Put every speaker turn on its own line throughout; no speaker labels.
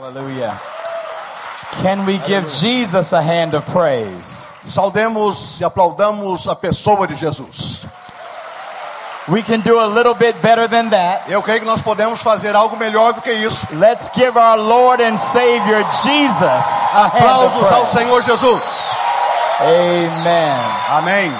Hallelujah. Can we give Jesus a hand of praise?
Saudemos e aplaudamos a pessoa de Jesus.
We can do a little bit better than that.
Eu creio que nós podemos fazer algo melhor do que isso.
Let's give our Lord and Savior Jesus a hand of
Aplausos ao
praise.
Senhor Jesus.
Amen.
Amém.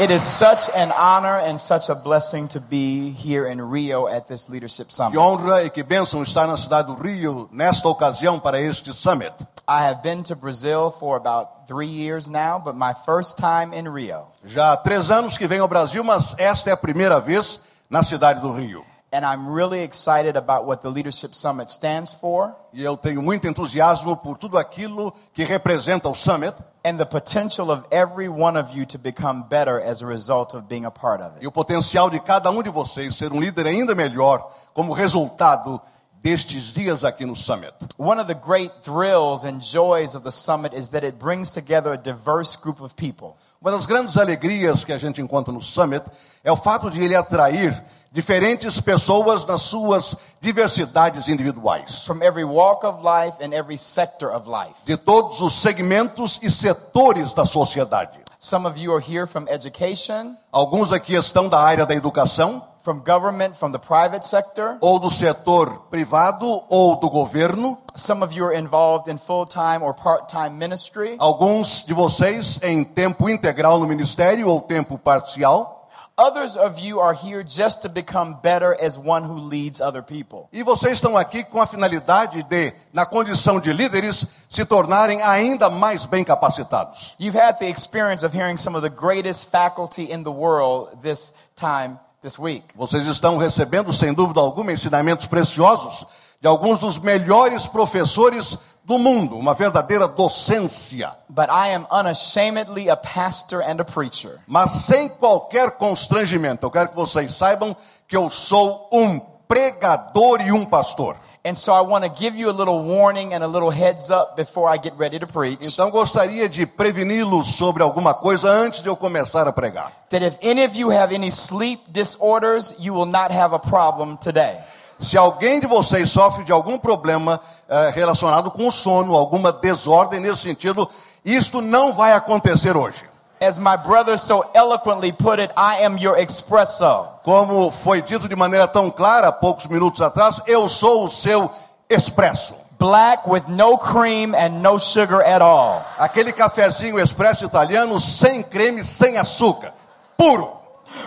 It is such an honor and such a blessing to be here in Rio at this leadership
Que
summit.
honra e que bênção estar na cidade do Rio nesta ocasião para este summit.
I have been to Brazil for about three years now, but my first time in Rio.
Já há três anos que venho ao Brasil, mas esta é a primeira vez na cidade do Rio.
And I'm really excited about what the Leadership Summit stands for
E eu tenho muito entusiasmo por tudo aquilo que representa o summit
and the potential of every one of you to become better as a result of being a part of it.
e o potencial de cada um de vocês ser um líder ainda melhor como resultado destes dias aqui no summit.
One of the great thrills and joys of the summit is that it brings together a diverse group of people.
Uma das grandes alegrias que a gente encontra no Summit é o fato de ele atrair diferentes pessoas nas suas diversidades individuais,
from every walk of life and every sector of life.
de todos os segmentos e setores da sociedade.
Some of you are here from education,
Alguns aqui estão da área da educação,
from government, from the private sector.
ou do setor privado, ou do governo.
Some of you are involved in full time or part time ministry.
Alguns de vocês em tempo integral no ministério ou tempo parcial.
Others of you are here just to become better as one who leads other people.
E vocês estão aqui com a finalidade de, na condição de líderes, se tornarem ainda mais bem capacitados.
You've had the experience of hearing some of the greatest faculty in the world this time this week.
Vocês estão recebendo, sem dúvida alguma, ensinamentos preciosos de alguns dos melhores professores do mundo, uma verdadeira docência,
But I am unashamedly a pastor and a preacher.
mas sem qualquer constrangimento. Eu quero que vocês saibam que eu sou um pregador e um pastor.
And so I want to give you a little warning and a little heads up before I get ready to preach.
Então gostaria de preveni-los sobre alguma coisa antes de eu começar a pregar.
that if any of you have any sleep disorders, you will not have a problem today.
Se alguém de vocês sofre de algum problema eh, relacionado com o sono, alguma desordem nesse sentido, isto não vai acontecer hoje.
As my brother so eloquently put it, I am your espresso.
Como foi dito de maneira tão clara há poucos minutos atrás, eu sou o seu expresso.
Black with no cream and no sugar at all.
Aquele cafezinho expresso italiano sem creme, sem açúcar, puro.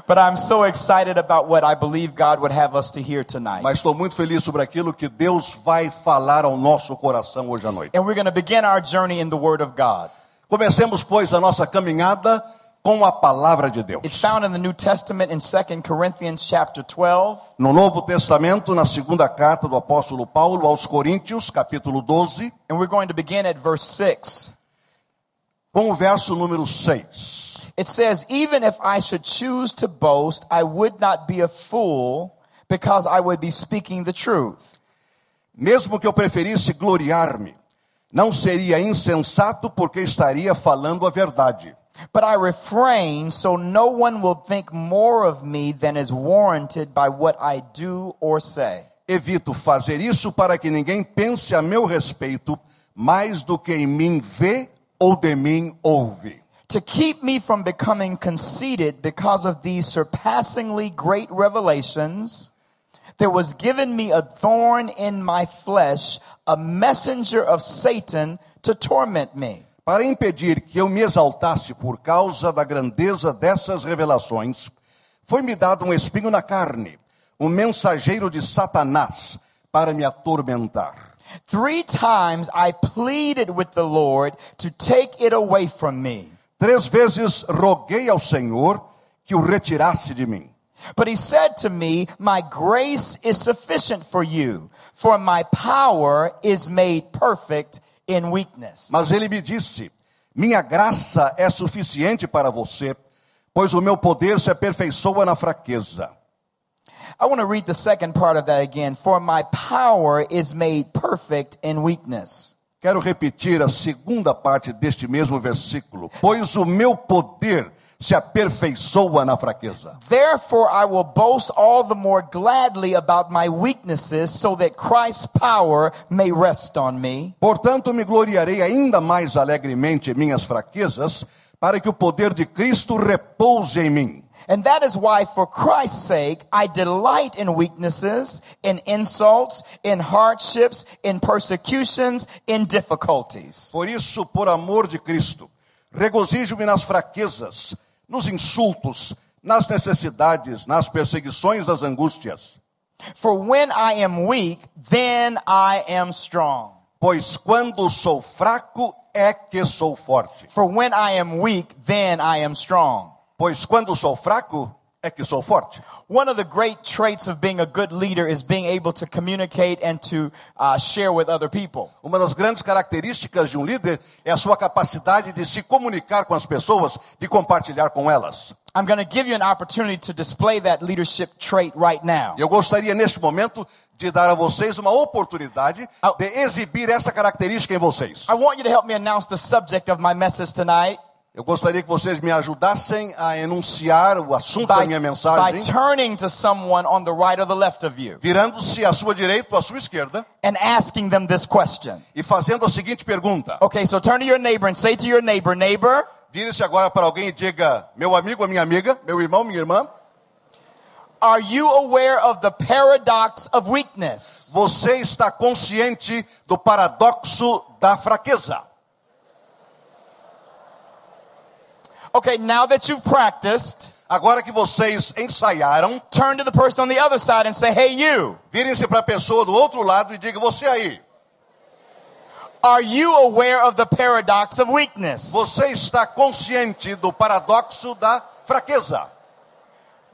But I'm so excited about what I believe God would have us to hear tonight.
Mas estou muito feliz sobre aquilo que Deus vai falar ao nosso coração hoje à noite.
and we're going to begin our journey in the Word of God.
Comecemos, pois, a nossa caminhada com a palavra de Deus.
It's found in the New Testament in 2 Corinthians chapter 12.
No Novo Testamento, na segunda carta do apóstolo Paulo aos Coríntios, capítulo 12,
And we're going to begin at verse 6.
com o verso número 6.
It says, Even if I should choose to boast, I would not be a fool because I would be speaking the truth.
Mesmo que eu preferisse gloriar-me, não seria insensato porque estaria falando a verdade.
But I refrain so no one will think more of me than is warranted by what I do or say.
Evito fazer isso para que ninguém pense a meu respeito mais do que em mim vê ou de mim ouve.
To keep me from becoming conceited because of these surpassingly great revelations, there was given me a thorn in my flesh, a messenger of Satan to torment me.
Para impedir que eu me exaltasse por causa da grandeza dessas revelações, foi-me dado um espinho na carne, um mensageiro de Satanás para me atormentar.
Three times I pleaded with the Lord to take it away from me.
Três vezes roguei ao Senhor que o retirasse de mim.
But he said to me, My grace is sufficient for you, for my power is made perfect in weakness.
Mas ele me disse: Minha graça é suficiente para você, pois o meu poder se aperfeiçoa na fraqueza.
I want to read the second part of that again. For my power is made perfect in weakness.
Quero repetir a segunda parte deste mesmo versículo: Pois o meu poder se aperfeiçoa na fraqueza.
Therefore, I will boast all the more gladly about my weaknesses, so that Christ's power may rest on me.
Portanto, me gloriarei ainda mais alegremente em minhas fraquezas, para que o poder de Cristo repouse em mim.
And that is why, for Christ's sake, I delight in weaknesses, in insults, in hardships, in persecutions, in difficulties.
Por isso, por amor de Cristo, regozijo-me nas fraquezas, nos insultos, nas necessidades, nas perseguições, nas angústias.
For when I am weak, then I am strong.
Pois quando sou fraco é que sou forte.
For when I am weak, then I am strong.
Pois quando sou fraco é que sou forte.
One of the great traits of being a good leader is being able to communicate and to uh, share with other people.
Uma das grandes características de um líder é a sua capacidade de se comunicar com as pessoas, de compartilhar com elas.
I'm going to give you an opportunity to display that leadership trait right now.
E Eu gostaria neste momento de dar a vocês uma oportunidade de exibir essa característica em vocês.
I want you to help me announce the subject of my message tonight
Eu gostaria que vocês me ajudassem a enunciar o assunto da
by,
minha
by
mensagem,
turning to someone on the right or the left of you
virando-se à sua direita ou à sua esquerda
and asking them this question.
e fazendo a seguinte pergunta.
Okay, so turn to your neighbor and say to your neighbor, neighbor,
Vire-se agora para alguém e diga: meu amigo, ou minha amiga, meu irmão, minha irmã,
are you aware of the paradox of weakness?
você está consciente do paradoxo da fraqueza?
Okay, now that you've practiced,
Agora que vocês ensaiaram,
turn to the person on the other side and say, hey, you,
virem-se para a pessoa do outro lado e diga: você aí,
are you aware of the paradox of weakness?
você está consciente do paradoxo da fraqueza?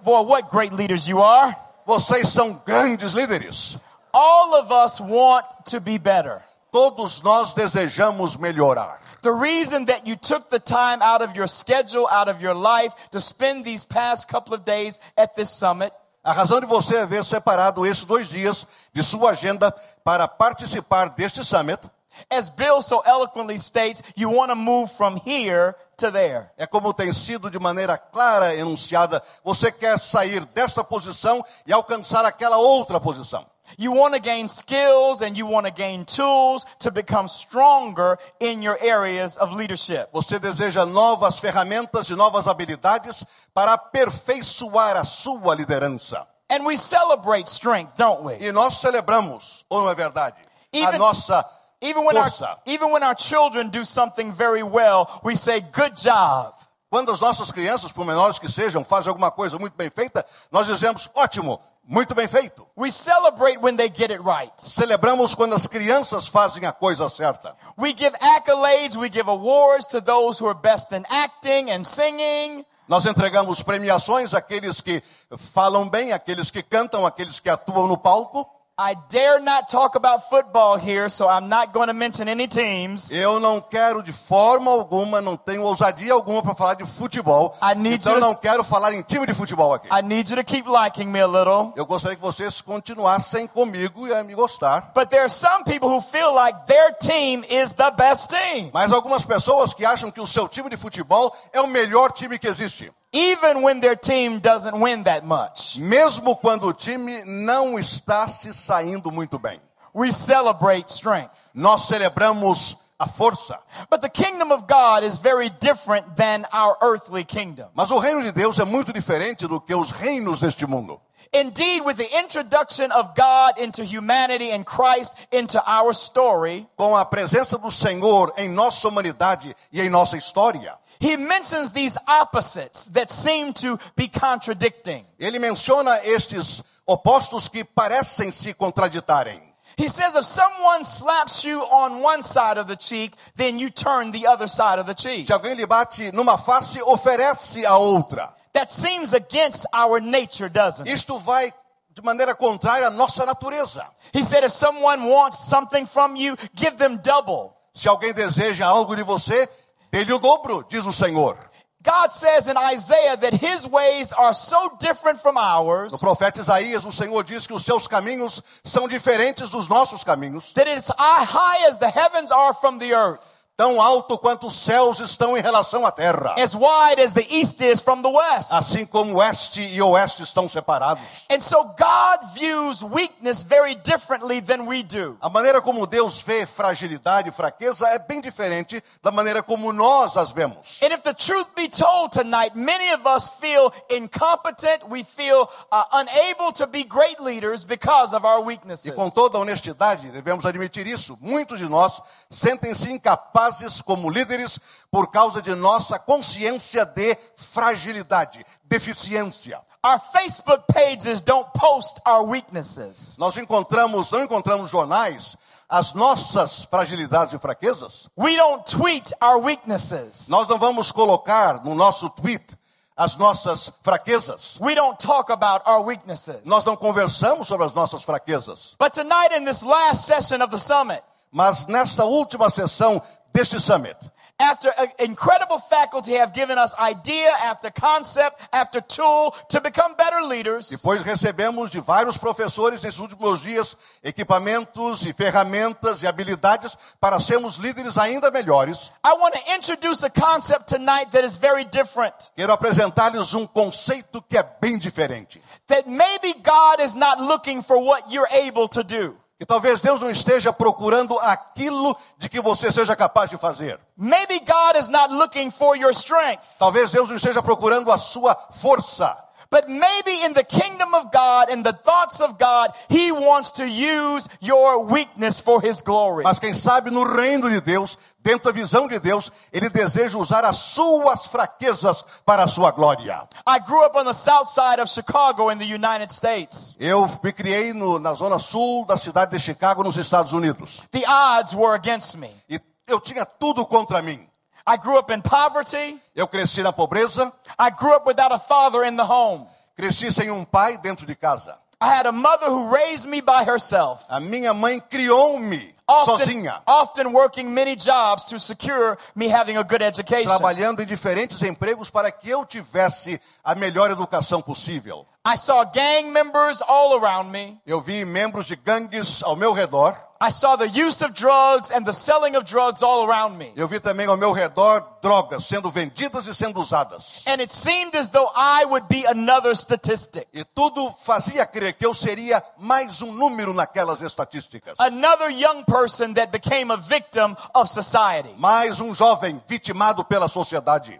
Boy, what great leaders you are.
Vocês são grandes líderes.
All of us want to be better.
Todos nós desejamos melhorar.
The reason that you took the time out of your schedule, out of your life, to spend these past couple of days at this summit
A razão de você haver separado esses dois dias de sua agenda para participar deste summit
As Bill so eloquently states, you want to move from here to there.
é como tem sido de maneira clara enunciada. Você quer sair desta posição e alcançar aquela outra posição.
You want to gain skills and you want to gain tools to become stronger in your areas of leadership.
Você deseja novas ferramentas e novas habilidades para aperfeiçoar a sua liderança.
And we celebrate strength, don't we?
E nós celebramos, ou não é verdade? A
Even-
nossa
Even when, our,
força.
even when our children do something very well, we say, Good job.
Quando as nossas crianças, por menores que sejam, fazem alguma coisa muito bem feita, nós dizemos: ótimo, muito bem feito.
We celebrate when they get it right.
Celebramos quando as crianças fazem a coisa certa.
We give accolades, we give awards to those who are best in acting and singing.
Nós entregamos premiações àqueles que falam bem, àqueles que cantam, àqueles que atuam no palco.
I dare not talk about football here, so I'm not going to mention any teams.
Eu não quero de forma alguma, não tenho ousadia alguma para falar de futebol.
I need
Então
you to-
não quero falar em time de futebol aqui.
I need you to keep liking me a little.
Eu gostaria que vocês continuassem comigo e a me gostar.
But there are some people who feel like their team is the best team,
Mas algumas pessoas que acham que o seu time de futebol é o melhor time que existe.
even when their team doesn't win that much.
Mesmo quando o time não está se saindo muito bem.
We celebrate strength.
Nós celebramos a força.
But the kingdom of God is very different than our earthly kingdom.
Mas o reino de Deus é muito diferente do que os reinos deste mundo.
Indeed, with the introduction of God into humanity and Christ into our story,
Com a presença do Senhor em nossa humanidade e em nossa história,
he mentions these opposites that seem to be contradicting.
ele menciona estes opostos que parecem se contraditarem.
He says if someone slaps you on one side of the cheek, then you turn the other side of the cheek.
Se alguém lhe bate numa face, oferece a outra.
That seems against our nature, doesn't it?
Isto vai de maneira contrária à nossa natureza.
He said if someone wants something from you, give them double.
Se alguém deseja algo de você, dê-lhe o dobro, diz o Senhor.
God says in Isaiah that his ways are so different from
No
ours
profeta Isaías, o Senhor diz que os seus caminhos são diferentes dos nossos caminhos.
that it's high as the heavens are from the earth.
tão alto quanto os céus estão em relação à terra.
as wide as the east is from the west.
Assim como oeste e oeste estão separados.
And so God views weakness very differently than we do.
A maneira como Deus vê fragilidade e fraqueza é bem diferente da maneira como nós as vemos.
And if the truth be told tonight, many of us feel incompetent. We feel uh, unable to be great leaders because of our weaknesses.
Com toda honestidade, devemos admitir isso. Muitos de nós sentem-se incapazes como líderes por causa de nossa consciência de fragilidade, deficiência.
Our Facebook pages don't post our weaknesses.
Nós encontramos, não encontramos jornais as nossas fragilidades e fraquezas.
We don't tweet our weaknesses.
Nós não vamos colocar no nosso tweet as nossas fraquezas.
We don't talk about our weaknesses.
Nós não conversamos sobre as nossas fraquezas.
But tonight, in this last session of the summit,
Mas nesta última sessão deste summit,
after uh, incredible faculty have given us idea after concept after tool to become better leaders,
Pois recebemos de vários professores nesses últimos dias equipamentos e ferramentas e habilidades para sermos líderes ainda melhores.
I want to introduce a concept tonight that is very different.
Quero apresentar-lhes um conceito que é bem diferente.
That maybe God is not looking for what you're able to do.
E talvez Deus não esteja procurando aquilo de que você seja capaz de fazer.
Maybe God is not looking for your strength.
Talvez Deus não esteja procurando a sua força.
But maybe in the kingdom of God and the thoughts of God, He wants to use your weakness for His glory.
Mas quem sabe no reino de Deus, dentro da visão de Deus, ele deseja usar as suas fraquezas para a sua glória.
I grew up on the south side of Chicago in the United States.
Eu me criei no- na zona sul da cidade de Chicago, nos Estados Unidos.
The odds were against me.
E eu tinha tudo contra mim.
I grew up in poverty.
Eu cresci na pobreza,
I grew up without a father in the home.
cresci sem um pai dentro de casa.
I had a mother who raised me by herself,
A minha mãe criou-me
often,
sozinha,
often working many jobs to secure me having a good education.
trabalhando em diferentes empregos para que eu tivesse a melhor educação possível.
I saw gang members all around me.
Eu vi membros de gangues ao meu redor,
I saw the use of drugs and the selling of drugs all around me.
eu vi também ao meu redor drogas sendo vendidas e sendo usadas.
And it seemed as though I would be another statistic,
E tudo fazia crer que eu seria mais um número naquelas estatísticas.
another young person that became a victim of society.
Mais um jovem vitimado pela sociedade.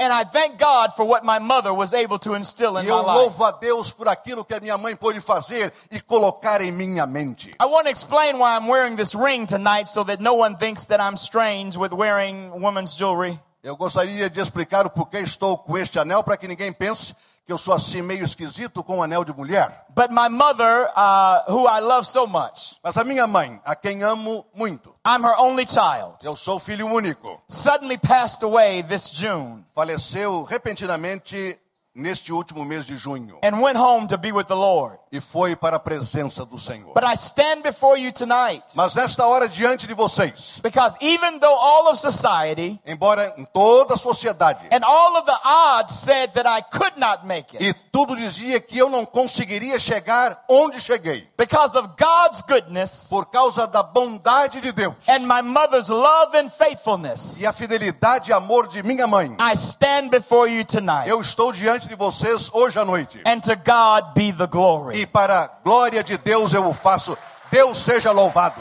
And I thank God for what my mother was able to instill in
E
my
eu
life.
louvo a Deus por aquilo que a minha mãe pôde fazer e colocar em minha mente.
I want to explain why I'm wearing this ring tonight so that no one thinks that I'm strange with wearing woman's jewelry.
Eu gostaria de explicar o porquê estou com este anel para que ninguém pense que eu sou assim meio esquisito com um anel de mulher.
But my mother, uh, who I love so much,
Mas a minha mãe, a quem amo muito,
I'm her only child,
eu sou filho único,
suddenly passed away this June
faleceu repentinamente neste último mês de junho
and went home to be with the Lord.
e foi para a presença do Senhor.
But I stand before you tonight
Mas nesta hora diante de vocês,
because even though all of society
embora em toda a sociedade
and all of the odds said that I could not make it,
E tudo dizia que eu não conseguiria chegar onde cheguei,
because of God's goodness
por causa da bondade de Deus
and my mother's love and faithfulness,
e a fidelidade e amor de minha mãe.
I stand before you tonight.
Eu estou diante de vocês hoje à noite.
And to God be the
E
glory.
para a glória de Deus eu o faço. Deus seja louvado.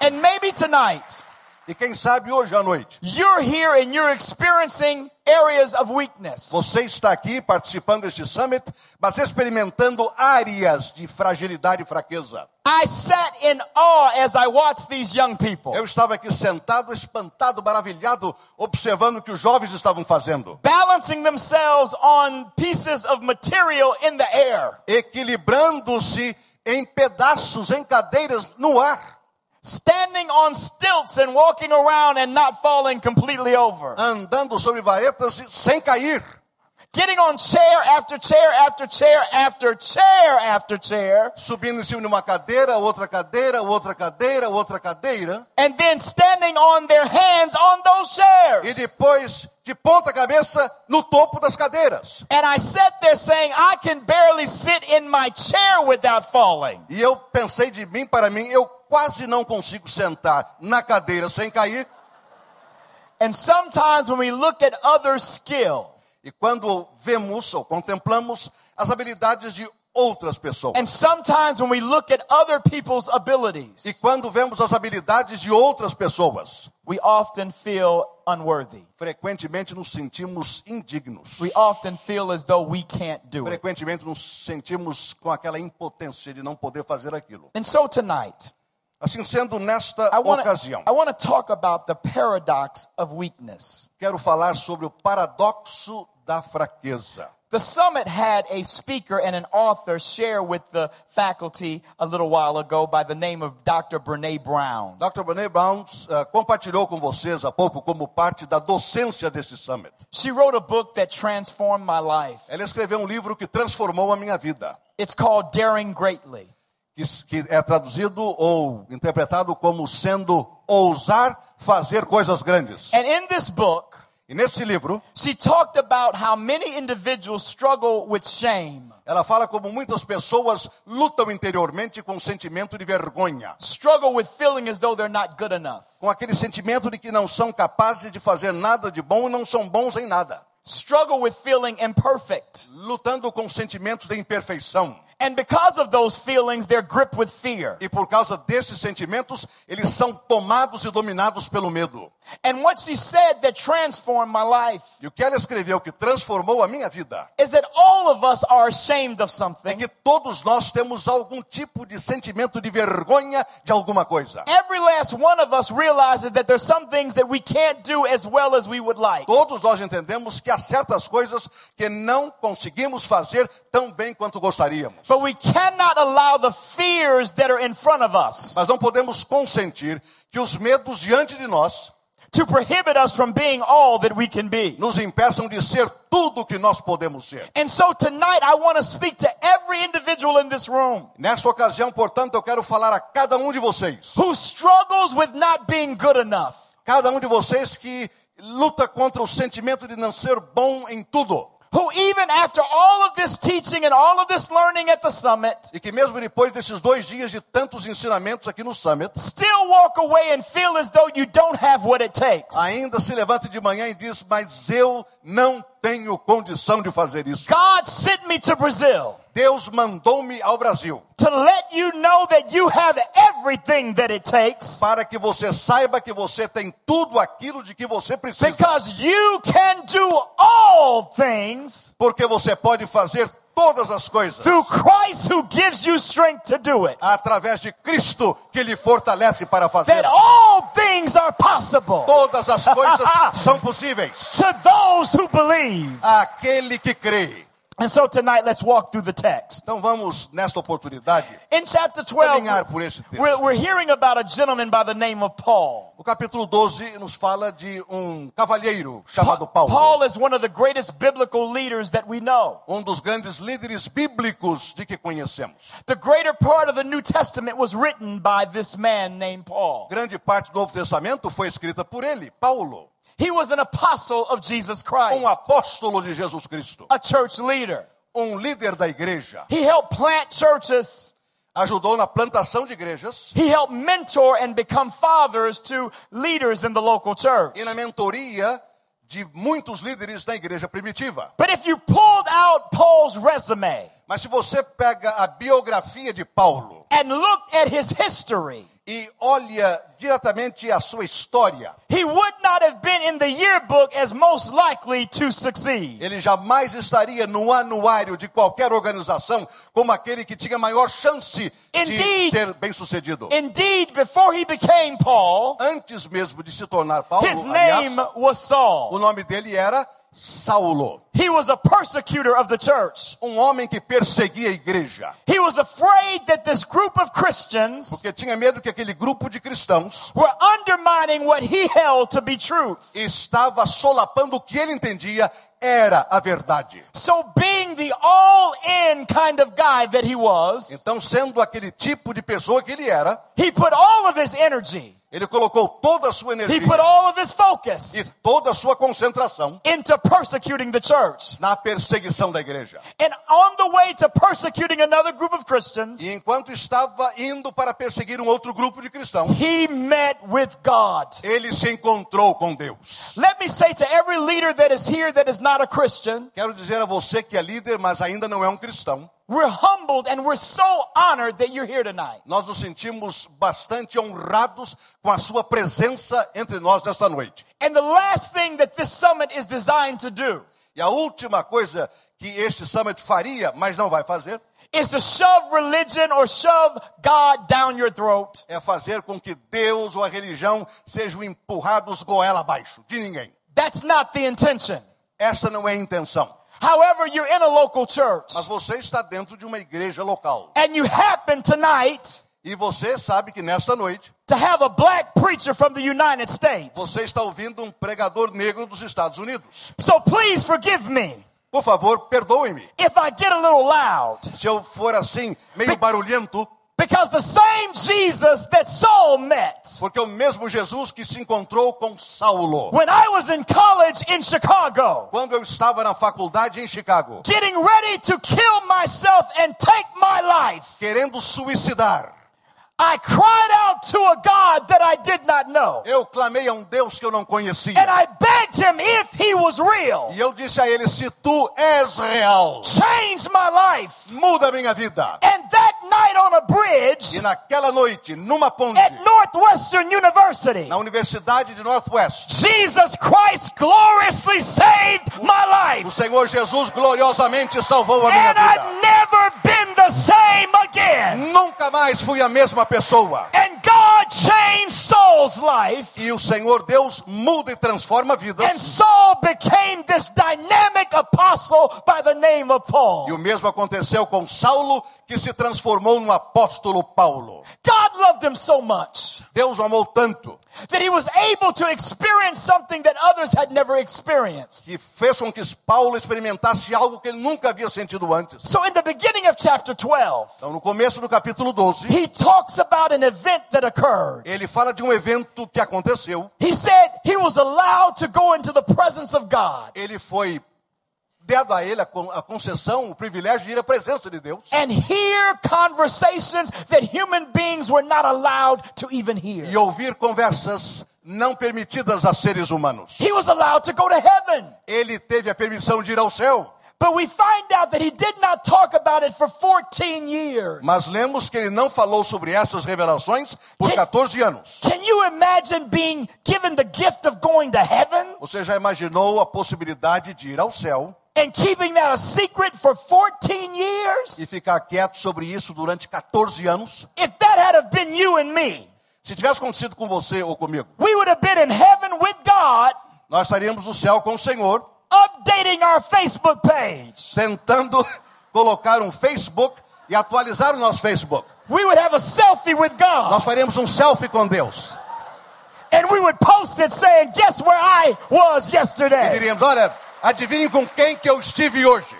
And maybe tonight
E quem sabe hoje à noite,
you're here and you're experiencing areas of weakness.
você está aqui participando deste summit, mas experimentando áreas de fragilidade e fraqueza.
I sat in awe as I watched these young people
Eu estava aqui sentado, espantado, maravilhado, observando o que os jovens estavam fazendo.
balancing themselves on pieces of material in the air,
equilibrando-se em pedaços, em cadeiras no ar,
standing on stilts and walking around and not falling completely over,
andando sobre varetas e- sem cair,
Getting on chair after chair after chair after chair after chair,
Subindo em cima de uma cadeira, outra cadeira, outra cadeira, outra cadeira.
and then standing on their hands on those
E
chairs.
depois, de ponta cabeça, no topo das cadeiras.
And I sat there saying, I can barely sit in my chair without falling.
E eu pensei de mim para mim, eu quase não consigo sentar na cadeira sem cair.
And sometimes when we look at other skill,
E quando vemos ou contemplamos as habilidades de outras pessoas.
and sometimes when we look at other people's
E
abilities,
quando vemos as habilidades de outras pessoas,
we often feel unworthy.
frequentemente nos sentimos indignos.
We often feel as though we can't do it.
Frequentemente nos sentimos com aquela impotência de não poder fazer aquilo.
And so tonight,
Assim sendo, nesta
I want
ocasião,
to I want to talk about the paradox of weakness.
quero falar sobre o paradoxo da fraqueza.
The summit had a speaker and an author share with the faculty a little while ago by the name of Dr. Brene Brown.
Dr. Brené Brown eh, compartilhou com vocês há pouco como parte da docência deste summit.
She wrote a book that transformed my life.
Ela escreveu um livro que transformou a minha vida,
It's called Daring Greatly.
que, s- que é traduzido ou interpretado como sendo ousar fazer coisas grandes.
And in this book,
E nesse livro,
she talked about how many individuals struggle with shame,
ela fala como muitas pessoas lutam interiormente com o sentimento de vergonha,
struggle with feeling as though they're not good enough,
com aquele sentimento de que não são capazes de fazer nada de bom e não são bons em nada,
struggle with feeling imperfect.
lutando com sentimentos de imperfeição.
And because of those feelings, they're gripped with fear.
E por causa desses sentimentos, eles são tomados e dominados pelo medo.
And what she said that transformed my life
E o que ela escreveu que transformou a minha vida
is that all of us are ashamed of
é
something.
que todos nós temos algum tipo de sentimento de vergonha de alguma coisa.
Every last one of us realizes that there's some things that we can't do as well as we would like.
Todos nós entendemos que há certas coisas que não conseguimos fazer tão bem quanto gostaríamos.
But we cannot allow the fears that are in front of us
Mas não podemos consentir que os medos diante de nós
to prohibit us from being all that we can be.
nos impeçam de ser tudo o que nós podemos ser.
And so tonight I want to speak to every individual in this room
Nesta ocasião, portanto, eu quero falar a cada um de vocês.
who struggles with not being good enough,
Cada um de vocês que luta contra o sentimento de não ser bom em tudo.
who even after all of this teaching and all of this learning at the summit,
E que mesmo depois desses dois dias de tantos ensinamentos aqui no Summit,
still walk away and feel as though you don't have what it takes.
ainda se levanta de manhã e diz, mas eu não tenho condição de fazer isso.
God sent me to Brazil
Deus mandou-me ao Brasil
to let you know that you have everything that it takes
para que você saiba que você tem tudo aquilo de que você precisa.
because you can do all things
Porque você pode fazer todas as coisas
through Christ who gives you strength to do it.
através de Cristo que lhe fortalece para fazer.
That all things are possible
Todas as coisas são possíveis.
to those who believe.
Aquele que crê.
And so tonight, let's walk through the text.
Então vamos, nesta oportunidade,
In chapter 12,
caminhar por esse texto.
we're, we're hearing about a gentleman by the name of Paul.
O capítulo 12 nos fala de um cavalheiro chamado Paulo,
Paul is one of the greatest biblical leaders that we know.
um dos grandes líderes bíblicos de que conhecemos.
The greater part of the New Testament was written by this man named Paul.
Grande parte do Novo Testamento foi escrita por ele, Paulo,
He was an apostle of Jesus Christ,
um apóstolo de Jesus Cristo,
a church leader.
um líder da igreja.
He helped plant churches.
Ajudou na plantação de igrejas
He helped mentor and become fathers to leaders in the local church.
e na mentoria de muitos líderes da igreja primitiva.
But if you pulled out Paul's resume
Mas se você pega a biografia de Paulo
and looked at his history,
e olha diretamente a sua história,
he would not have been in the yearbook as most likely to succeed.
Ele jamais estaria no anuário de qualquer organização como aquele que tinha maior chance de
Indeed.
ser bem-sucedido.
Indeed, before he became Paul,
Antes mesmo de se tornar Paulo,
his
aliás,
name was Saul.
o nome dele era Saulo,
He was a persecutor of the church.
um homem que perseguia a igreja,
He was afraid that this group of Christians
porque tinha medo que aquele grupo de cristãos
were undermining what he held to be truth.
estava solapando o que ele entendia era a verdade.
So, being the all in kind of guy that he was,
Então, sendo aquele tipo de pessoa que ele era,
he put all of his energy,
ele colocou toda a sua
he
energia
put all of his
e
focus
toda a sua concentração
into persecuting the church.
na perseguição da igreja.
And on the way to persecuting another group of Christians,
E enquanto estava indo para perseguir um outro grupo de cristãos,
he met with God.
ele se encontrou com Deus.
Let me say to every leader that is here that is not a Christian,
Quero dizer a você que é líder, mas ainda não é um cristão.
we're humbled and we're so honored that you're here tonight.
Nós nos sentimos bastante honrados com a sua presença entre nós nesta noite.
And the last thing that this summit is designed to do
E a última coisa que este summit faria, mas não vai fazer,
is to shove religion or shove God down your throat.
é fazer com que Deus ou a religião sejam empurrados goela abaixo de ninguém.
That's not the intention.
Essa não é a intenção.
However, you're in a local church
Mas você está dentro de uma igreja local.
and you happen tonight
E você sabe que nesta noite
to have a black preacher from the United States.
você está ouvindo um pregador negro dos Estados Unidos.
So please forgive me
Por favor, perdoe-me
if I get a little loud.
se eu for assim, meio barulhento,
Because the same Jesus that Saul met
porque é o mesmo Jesus que se encontrou com Saulo.
when I was in college in Chicago,
Quando eu estava na faculdade em Chicago,
getting ready to kill myself and take my life,
querendo suicidar,
I cried out to a God that I did not know.
eu clamei a um Deus que eu não conhecia.
And I begged him if he was real,
E eu disse a ele: Se tu és real,
change my life.
muda a minha vida.
And that night on a
E
bridge
naquela noite, numa ponte,
at Northwestern University,
na Universidade de Northwest,
Jesus Christ gloriously saved my
o
life.
Senhor Jesus gloriosamente salvou a minha
And
vida.
I've never been the same again.
Nunca mais fui a mesma pessoa.
And God changed Saul's life.
E o Senhor Deus muda e transforma
And
vidas.
Saul became this dynamic apostle by the name of
E o
Paul.
mesmo aconteceu com Saulo, que se transformou no apóstolo Paulo.
God loved him so much
Deus o amou tanto
that he was able to experience something that others had never experienced.
que fez com que Paulo experimentasse algo que ele nunca havia sentido antes.
So, in the beginning of chapter 12,
Então, no começo do capítulo 12,
he talks about an event that occurred.
ele fala de um evento que aconteceu.
He said he was allowed to go into the presence of God,
Ele foi dado a ele a con- a concessão, o privilégio de ir à presença de Deus
and hear conversations that human beings were not allowed to even hear.
e ouvir conversas não permitidas a seres humanos.
He was allowed to go to heaven.
Ele teve a permissão de ir ao céu,
But we find out that he did not talk about it for 14 years.
mas lemos que ele não falou sobre essas revelações por
Que-
14 anos.
Can you imagine being given the gift of going to heaven
Você já imaginou a possibilidade de ir ao céu
and keeping that a secret for 14
e
years?
ficar quieto sobre isso durante 14 anos?
If that had have been you and me,
Se tivesse acontecido com você ou comigo,
we would have been in heaven with God,
nós estaríamos no céu com o Senhor,
updating our Facebook page.
tentando colocar um Facebook e atualizar o nosso Facebook.
We would have a selfie with God
Nós faremos um selfie com Deus.
and we would post it saying, "Guess where I was
E
yesterday?"
diríamos: olha, adivinhe com quem que eu estive hoje.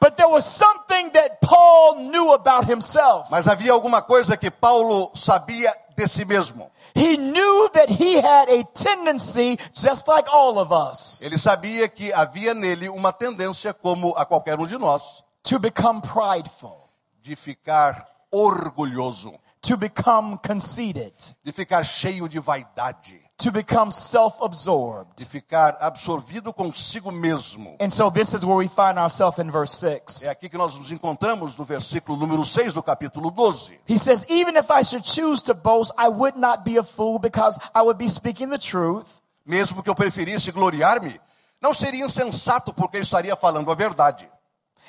But there was something that Paul knew about himself.
Mas havia alguma coisa que Paulo sabia de si mesmo.
He knew that he had a tendency, just like all of us,
Ele sabia que havia nele uma tendência, como a qualquer um de nós,
to become prideful,
de ficar orgulhoso,
to become conceited,
de ficar cheio de vaidade,
to become self absorbed.
de ficar absorvido consigo mesmo.
And so this is where we find ourselves in verse
É
6.
aqui que nós nos encontramos no versículo número 6 do capítulo 12.
He says, Even if I should choose to boast, I would not be a fool because I would be speaking the truth.
Mesmo que eu preferisse gloriar-me, não seria insensato porque eu estaria falando a verdade.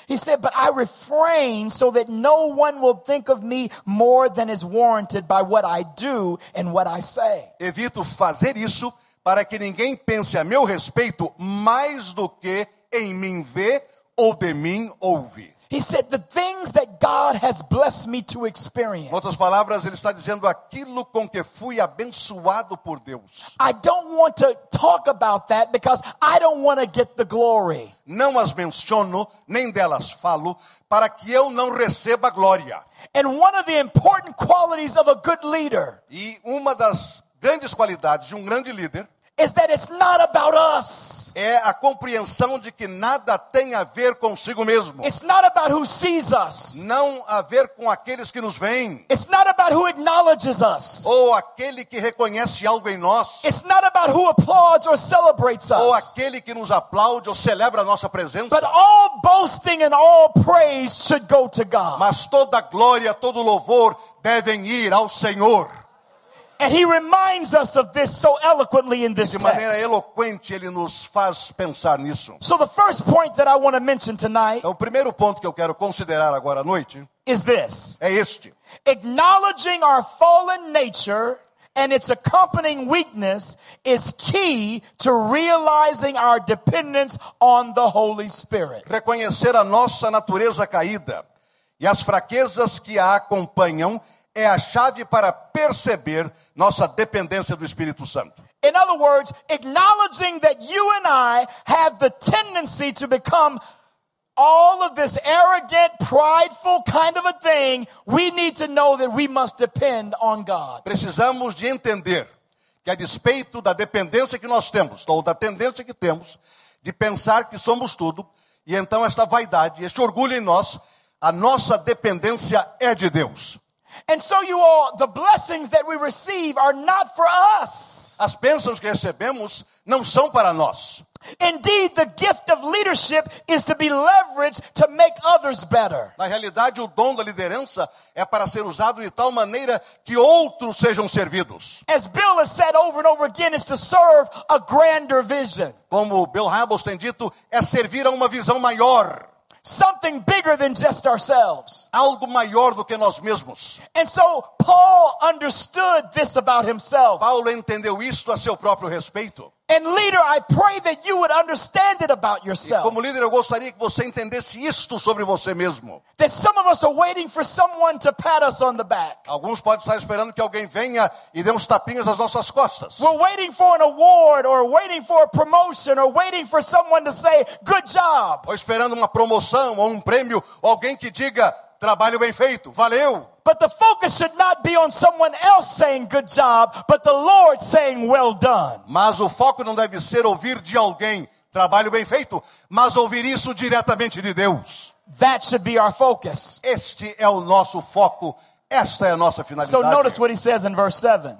He said, But I refrain so that no one will think of me more than is warranted by what I do and what I say.
Evito fazer isso para que ninguém pense a meu respeito mais do que em mim vê ou de mim ouve.
He said, The things that God has blessed me to experience,
Em outras palavras, ele está dizendo aquilo com que fui abençoado por Deus.
I don't want to talk about that because I don't want to get the glory.
Não as menciono, nem delas falo, para que eu não receba glória.
And one of the important qualities of a good leader
E uma das grandes qualidades de um grande líder
is that it's not about us,
é a compreensão de que nada tem a ver consigo mesmo.
it's not about who sees us,
Não a ver com aqueles que nos veem,
it's not about who acknowledges us,
ou aquele que reconhece algo em nós,
it's not about who applauds or celebrates
ou
us.
aquele que nos aplaude ou celebra a nossa
But
presença.
all boasting and all praise should go to God.
Mas toda glória, todo louvor devem ir ao Senhor.
And he reminds us of this so eloquently in this
De maneira
text.
eloquente, ele nos faz pensar nisso.
So the first point that I want to mention tonight
Então, o primeiro ponto que eu quero considerar agora à noite
is this.
é este:
Acknowledging our fallen nature and its accompanying weakness is key to realizing our dependence on the Holy Spirit.
reconhecer a nossa natureza caída e as fraquezas que a acompanham é a chave para perceber nossa dependência do Espírito Santo.
In other words, acknowledging that you and I have the tendency to become all of this arrogant, prideful kind of a thing, we need to know that we must depend on God.
Precisamos de entender que a despeito da dependência que nós temos, ou da tendência que temos de pensar que somos tudo, e então esta vaidade, este orgulho em nós, a nossa dependência é de Deus.
And so, you all, the blessings that we receive are not for us.
As bênçãos que recebemos não são para nós.
Indeed, the gift of leadership is to be leveraged to make others better.
Na realidade, o dom da liderança é para ser usado de tal maneira que outros sejam servidos.
As Bill has said over and over again, is to serve a grander vision,
Como Bill Hybels tem dito, é servir a uma visão maior,
something bigger than just ourselves.
algo maior do que nós mesmos.
And so Paul understood this about himself.
Paulo entendeu isto a seu próprio respeito.
And leader, I pray that you would understand it about yourself.
Como líder, eu gostaria que você entendesse isto sobre você mesmo.
That some of us are waiting for someone to pat us on the back.
Alguns podem estar esperando que alguém venha e dê uns tapinhas às nossas costas.
We're waiting for an award or waiting for a promotion or waiting for someone to say, good job.
Ou esperando uma promoção ou um prêmio, ou alguém que diga trabalho bem feito, valeu.
But the focus should not be on someone else saying good job, but the Lord saying well done.
Mas o foco não deve ser ouvir de alguém trabalho bem feito, mas ouvir isso diretamente de Deus.
That should be our focus.
Este é o nosso foco, esta é a nossa
So notice
finalidade.
what he says in verse 7.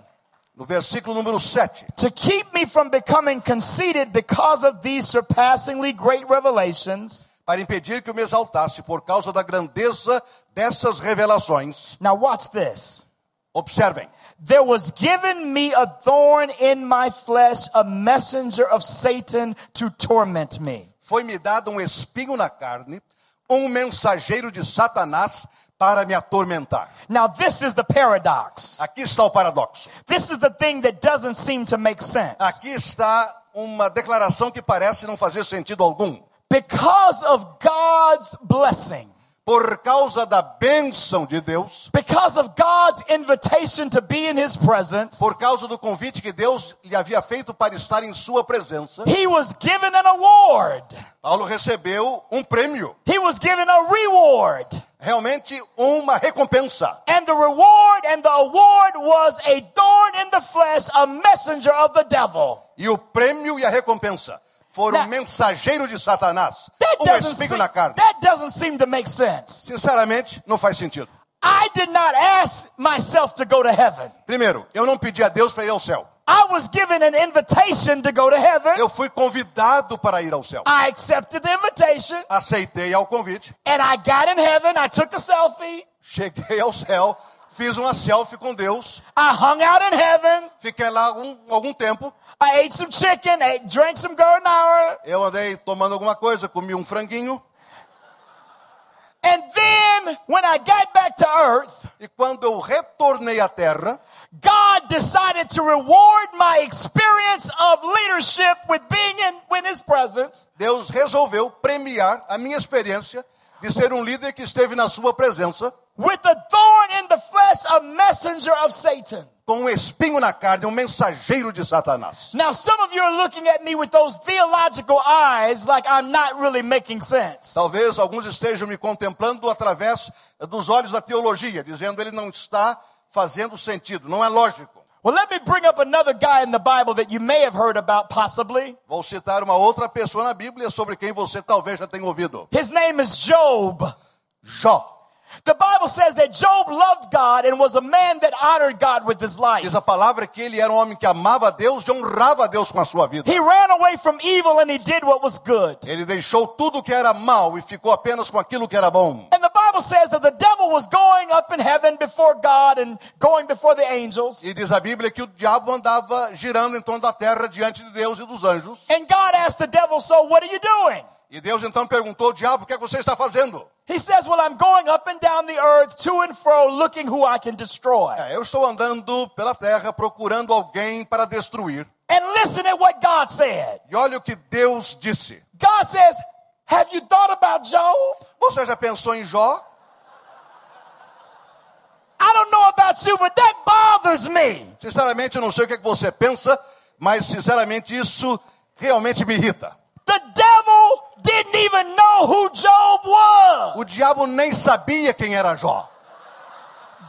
No versículo número 7.
to keep me from becoming conceited because of these surpassingly great revelations.
Para impedir que eu me exaltasse por causa da grandeza dessas revelações,
Now, watch this.
observem,
There was given me a thorn in my flesh, a messenger of Satan to torment me.
foi-me dado um espinho na carne, um mensageiro de Satanás para me atormentar.
Now, this is the paradox.
Aqui está o paradoxo.
This is the thing that doesn't seem to make sense.
Aqui está uma declaração que parece não fazer sentido algum.
Because of God's blessing,
por causa da bênção de Deus,
because of God's invitation to be in his presence,
por causa do convite que Deus lhe havia feito para estar em sua presença,
he was given an award.
Paulo recebeu um prêmio,
He was given a reward.
realmente uma recompensa.
And the reward and the award was a thorn in the flesh, a messenger of the devil.
E o prêmio e a recompensa foram
That-
um mensageiro de Satanás,
That
um
doesn't,
espinho
seem,
na carne.
that doesn't seem to make sense.
Sinceramente, não faz sentido.
I did not ask myself to go to heaven.
Primeiro, eu não pedi a Deus para ir ao céu.
I was given an invitation to go to heaven.
Eu fui convidado para ir ao céu.
I accepted the invitation
Aceitei ao convite,
and I got in heaven. I took a selfie.
cheguei ao céu, fiz uma selfie com Deus,
I hung out in heaven.
fiquei lá algum, algum tempo.
I ate some chicken, ate, drank some Gernauer.
Eu andei tomando alguma coisa, comi um franguinho,
And then when I got back to earth,
E quando eu retornei à terra,
God decided to reward my experience of leadership with being in, in his presence
Deus resolveu premiar a minha experiência de ser um líder que esteve na sua presença
with a thorn in the flesh, a messenger of Satan.
com um espinho na carne, um mensageiro de Satanás.
Now, some of you are looking at me with those theological eyes like I'm not really making sense.
Talvez alguns estejam me contemplando através dos olhos da teologia, dizendo ele não está fazendo sentido, não é lógico.
Well, let me bring up another guy in the Bible that you may have heard about, possibly.
Vou citar uma outra pessoa na Bíblia sobre quem você talvez já tenha ouvido.
His name is Job.
Jó.
The Bible says that Job loved God and was a man that honored God with his life.
Diz a palavra que ele era um homem que amava a Deus e honrava a Deus com a sua vida.
He ran away from evil and he did what was good.
Ele deixou tudo o que era mal e ficou apenas com aquilo que era bom.
And the Bible says that the devil was going up in heaven before God and going before the angels.
E diz a Bíblia que o diabo andava girando em torno da terra diante de Deus e dos anjos.
And God asked the devil, So what are you doing?
E Deus então perguntou ao diabo: O que é que você está fazendo?
He says, Well, I'm going up and down the earth, to and fro, looking who I can destroy.
É, eu estou andando pela terra procurando alguém para destruir.
And listen at what God said.
E olha o que Deus disse:
God says, Have you thought about Job?
Você já pensou em Jó?
I don't know about you, but that bothers me.
Sinceramente, eu não sei o que é que você pensa, mas sinceramente isso realmente me irrita.
The devil didn't even know who Job was.
O diabo nem sabia quem era Jó.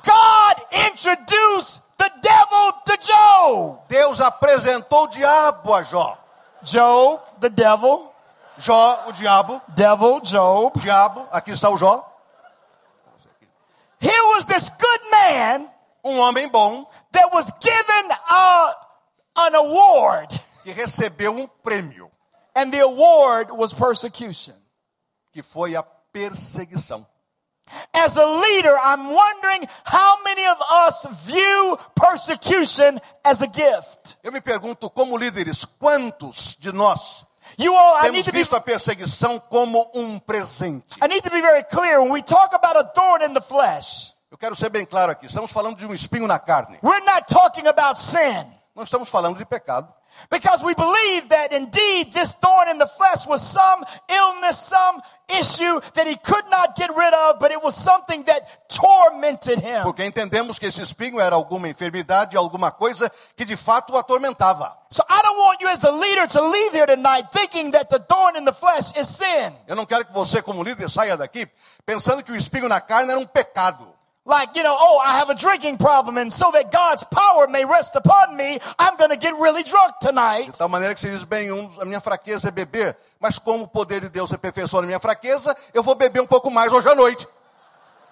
God introduced the devil to Job.
Deus apresentou o diabo a Jó.
Job, the devil,
Jó, o diabo,
devil, Job.
diabo, aqui está o Jó,
Here was this good man
um homem bom
that was given uh, an award,
que recebeu um prêmio,
and the award was persecution.
que foi a perseguição.
As a leader, I'm wondering how many of us view persecution as a gift.
Eu me pergunto, como líderes, quantos de nós
You all, I need
temos
to be
visto a perseguição como um presente?
I need to be very clear when we talk about a thorn in the flesh.
Eu quero ser bem claro aqui, estamos falando de um espinho na carne,
We're not talking about sin
não estamos falando de pecado.
because we believe that indeed this thorn in the flesh was some illness, some issue that he could not get rid of, but it was something that tormented him.
Porque entendemos que esse espinho era alguma enfermidade, alguma coisa que de fato o atormentava.
So I don't want you as a leader to leave here tonight thinking that the thorn in the flesh is sin.
Eu não quero que você, como líder, saia daqui pensando que o espinho na carne era um pecado.
Like, you know, oh, I have a drinking problem, and so that God's power may rest upon me, I'm gonna get really drunk tonight.
De tal maneira que você diz, bem, um, a minha fraqueza é beber, mas como o poder de Deus aperfeiçoa a minha fraqueza, eu vou beber um pouco mais hoje à noite.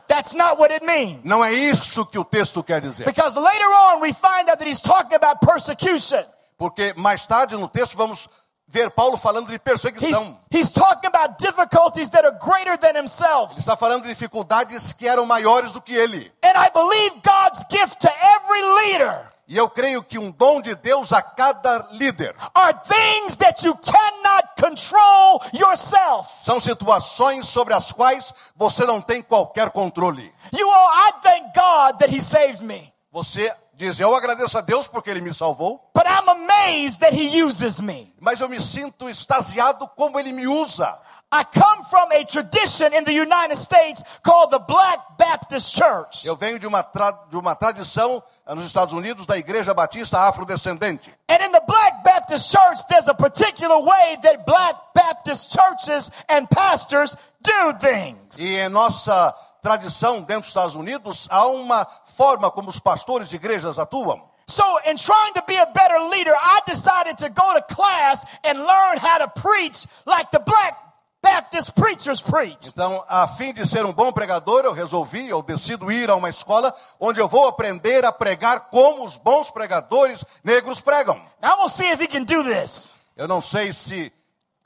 That's not what it means.
Não é isso que o texto quer dizer.
Because later on we find out that he's talking about persecution.
Porque mais tarde no texto vamos ver Paulo falando de
He's,
perseguição. Ele
he's talking about difficulties that are greater than himself.
está falando de dificuldades que eram maiores do que ele.
And I believe God's gift to every leader
E eu creio que um dom de Deus a cada líder.
are things that you cannot control yourself.
São situações sobre as quais você não tem qualquer controle.
You all, I thank God that he saved me.
Você diz, eu agradeço a Deus porque ele me salvou,
But I'm amazed that he uses me.
mas eu me sinto extasiado como ele me usa.
I come from a tradition in the United States called the Black Baptist Church.
Eu venho de uma, tra- de uma tradição eh, nos Estados Unidos da Igreja Batista Afrodescendente.
And in the Black Baptist Church, there's a particular way that Black Baptist churches and pastors do things.
E em nossa tradição dentro dos Estados Unidos há uma forma como os pastores de igrejas atuam.
So, in trying to be a better leader, I decided to go to class and learn how to preach like the Black Baptist preachers preach.
Então, a fim de ser um bom pregador, eu resolvi, eu decido ir a uma escola onde eu vou aprender a pregar como os bons pregadores negros pregam.
Now, I'm gonna see if he can do this.
Eu não sei se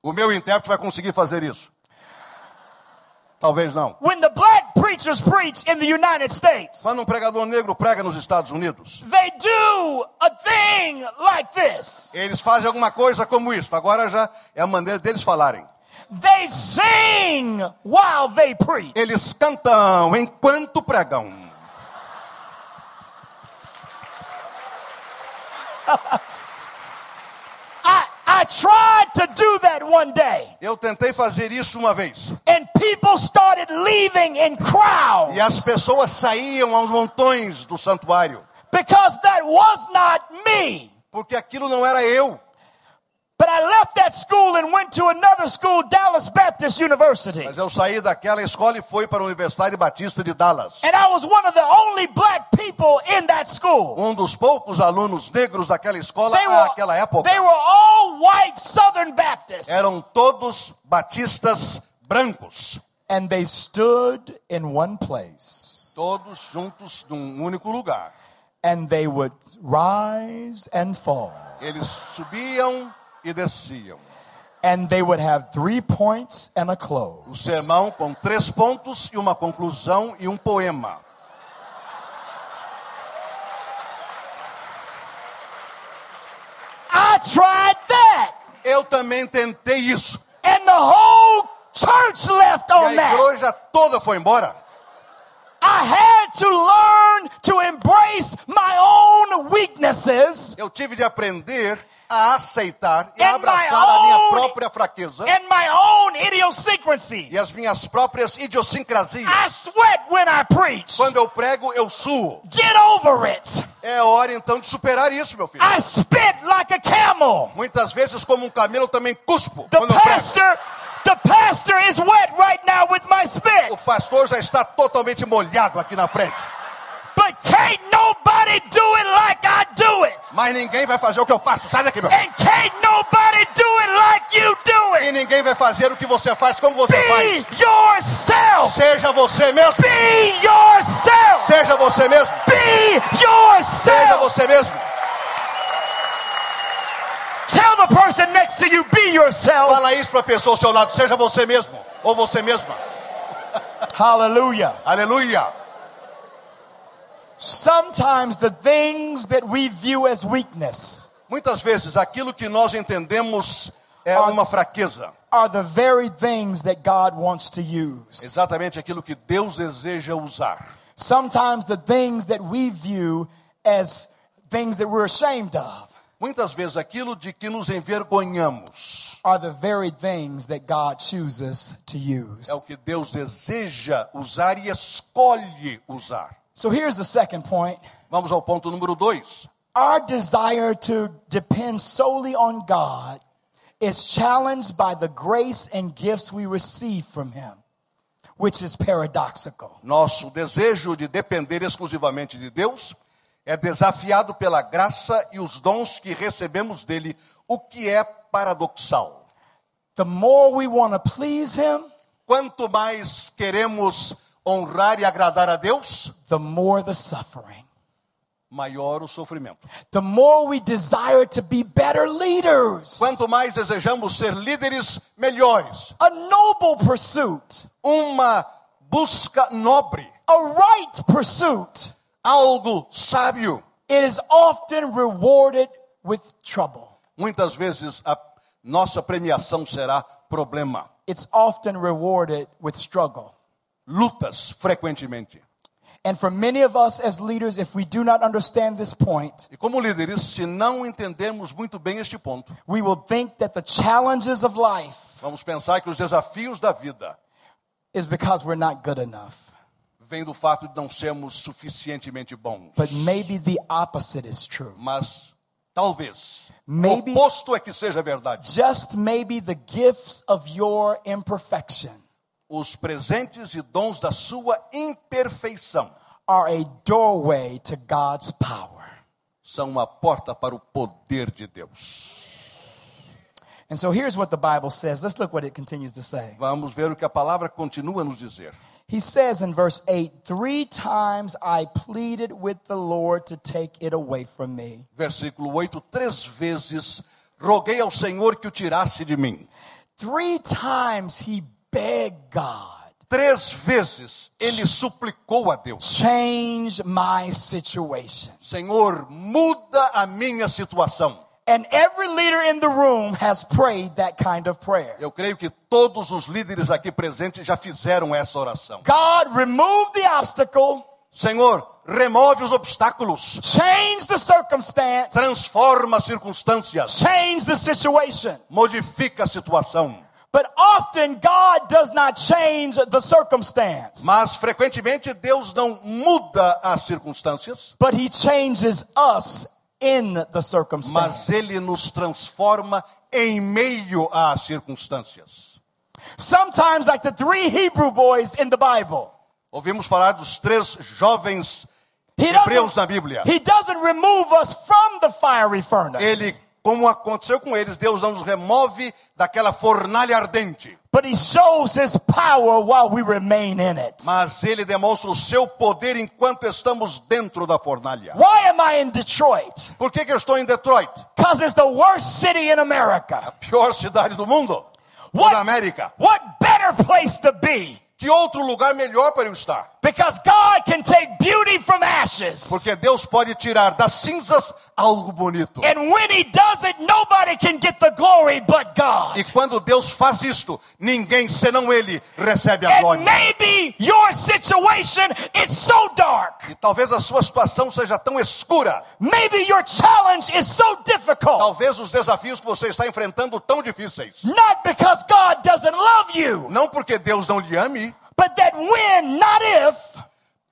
o meu intérprete vai conseguir fazer isso. Talvez não.
When the black preachers preach in the United States,
Quando um pregador negro prega nos Estados Unidos,
they do a thing like this.
eles fazem alguma coisa como isso. Agora já é a maneira deles falarem.
They sing while they preach.
Eles cantam enquanto pregam.
I, I tried to do that one day,
Eu tentei fazer isso uma vez.
and people started leaving in crowds
E as pessoas saíam aos montões do santuário.
because that was not me.
Porque aquilo não era eu.
But I left that school and went to another school, Dallas Baptist University.
Mas eu saí daquela escola e fui para a Universidade Batista de Dallas.
And I was one of the only black people in that school.
Um dos poucos alunos negros daquela escola
They were,
naquela época.
they were all white Southern Baptists.
Eram todos batistas brancos.
And they stood in one place.
Todos juntos num único lugar.
And they would rise and fall.
Eles subiam e desciam.
And they would have three points and a close.
O sermão com três pontos e uma conclusão e um poema.
I tried that.
Eu também tentei isso.
And the whole church left
E a
on that.
igreja toda foi embora.
I had to learn to embrace my own weaknesses
Eu tive de aprender a aceitar e
And
a abraçar a minha
my own-
própria fraqueza
and my own
e as
idiosyncrasies.
minhas próprias idiosincrasias.
I sweat when I preach.
Quando eu prego, eu suo.
Get over it.
É hora então de superar isso, meu filho.
I spit like a camel.
Muitas vezes, como um camelo, eu também cuspo.
The
Quando eu prego,
pastor, the pastor is wet right now with my
o
spit.
pastor já está totalmente molhado aqui na frente.
But can't nobody do it like I do it.
Mas ninguém vai fazer o que eu faço. Sai daqui, meu.
And can't nobody do it like you do
E
it.
ninguém vai fazer o que você faz, como você faz.
Be yourself.
Seja você mesmo.
Be yourself.
Seja você mesmo.
Be
Seja
yourself.
você mesmo.
Tell the person next to you, be yourself.
Fala isso para a pessoa ao seu lado. Seja você mesmo. Ou você mesma.
Hallelujah.
Aleluia.
Sometimes the things that we view as weakness
Muitas vezes, aquilo que nós entendemos é
Ah.
uma fraqueza.
are the very things that God wants to use.
Exatamente aquilo que Deus deseja usar.
Sometimes the things that we view as things that we're ashamed of
Muitas vezes, aquilo de que nos envergonhamos
are the very things that God chooses to use.
é o que Deus deseja usar e escolhe usar.
So here's the second point.
Vamos ao ponto número dois.
Our desire to depend solely on God is challenged by the grace and gifts we receive from Him, which is paradoxical.
Nosso desejo de depender exclusivamente de Deus é desafiado pela graça e os dons que recebemos dele, o que é paradoxal.
The more we want to please Him,
Quanto mais queremos honrar e agradar a Deus,
the more the suffering.
maior o sofrimento.
The more we desire to be better leaders,
Quanto mais desejamos ser líderes melhores,
a noble pursuit,
uma busca nobre,
a right pursuit,
algo sábio,
it is often rewarded with trouble.
muitas vezes a nossa premiação será problema,
It's often rewarded with struggle.
lutas frequentemente.
And for many of us as leaders, if we do not understand this point,
E como líderes, se não entendermos muito bem este ponto,
we will think that the challenges of life
vamos pensar que os desafios da vida
is because we're not good enough.
vêm do fato de não sermos suficientemente bons.
But maybe the opposite is true.
Mas talvez
Maybe-
o oposto é que seja verdade.
Just maybe the gifts of your imperfection
Os presentes e dons da sua imperfeição
are a doorway to God's power.
são uma porta para o poder de Deus.
And so here's what the Bible says. Let's look what it continues to say.
Vamos ver o que a palavra continua a nos dizer.
He says in verse 8, Three times I pleaded with the Lord to take it away from me.
Versículo 8: Três vezes roguei ao Senhor que o tirasse de mim.
Three times he begged God,
Três vezes ele suplicou a Deus.
change my situation.
Senhor, muda a minha situação.
And every leader in the room has prayed that kind of prayer.
Eu creio que todos os líderes aqui presentes já fizeram essa oração.
God, remove the obstacle,
Senhor, remove os obstáculos,
change the circumstance,
transforma as circunstâncias,
change the situation.
modifica a situação.
But often God does not change the circumstance,
Mas frequentemente Deus não muda as circunstâncias,
but He changes us in the circumstance.
mas ele nos transforma em meio às circunstâncias.
Sometimes, like the three Hebrew boys in the Bible,
Ouvimos falar dos três jovens
He
hebreus
doesn't,
na Bíblia.
he doesn't remove us from the fiery furnace,
Ele, como aconteceu com eles, Deus não nos remove daquela fornalha ardente,
but He shows His power while we remain in it.
mas ele demonstra o seu poder enquanto estamos dentro da fornalha.
Why am I in Detroit?
Por que, que eu estou em Detroit,
Because it's the worst city in America.
pior cidade do mundo? Ou
What,
da América?
what better place to be?
Que outro lugar melhor para eu estar?
Because God can take beauty from ashes.
Porque Deus pode tirar das cinzas algo bonito.
And when He does it, nobody can get the glory but God.
E quando Deus faz isto, ninguém senão Ele recebe a
And
glória.
maybe your situation is so dark.
E talvez a sua situação seja tão escura,
Maybe your challenge is so difficult.
talvez os desafios que você está enfrentando tão difíceis.
Not because God doesn't love you,
Não porque Deus não lhe ame,
but that when, not if,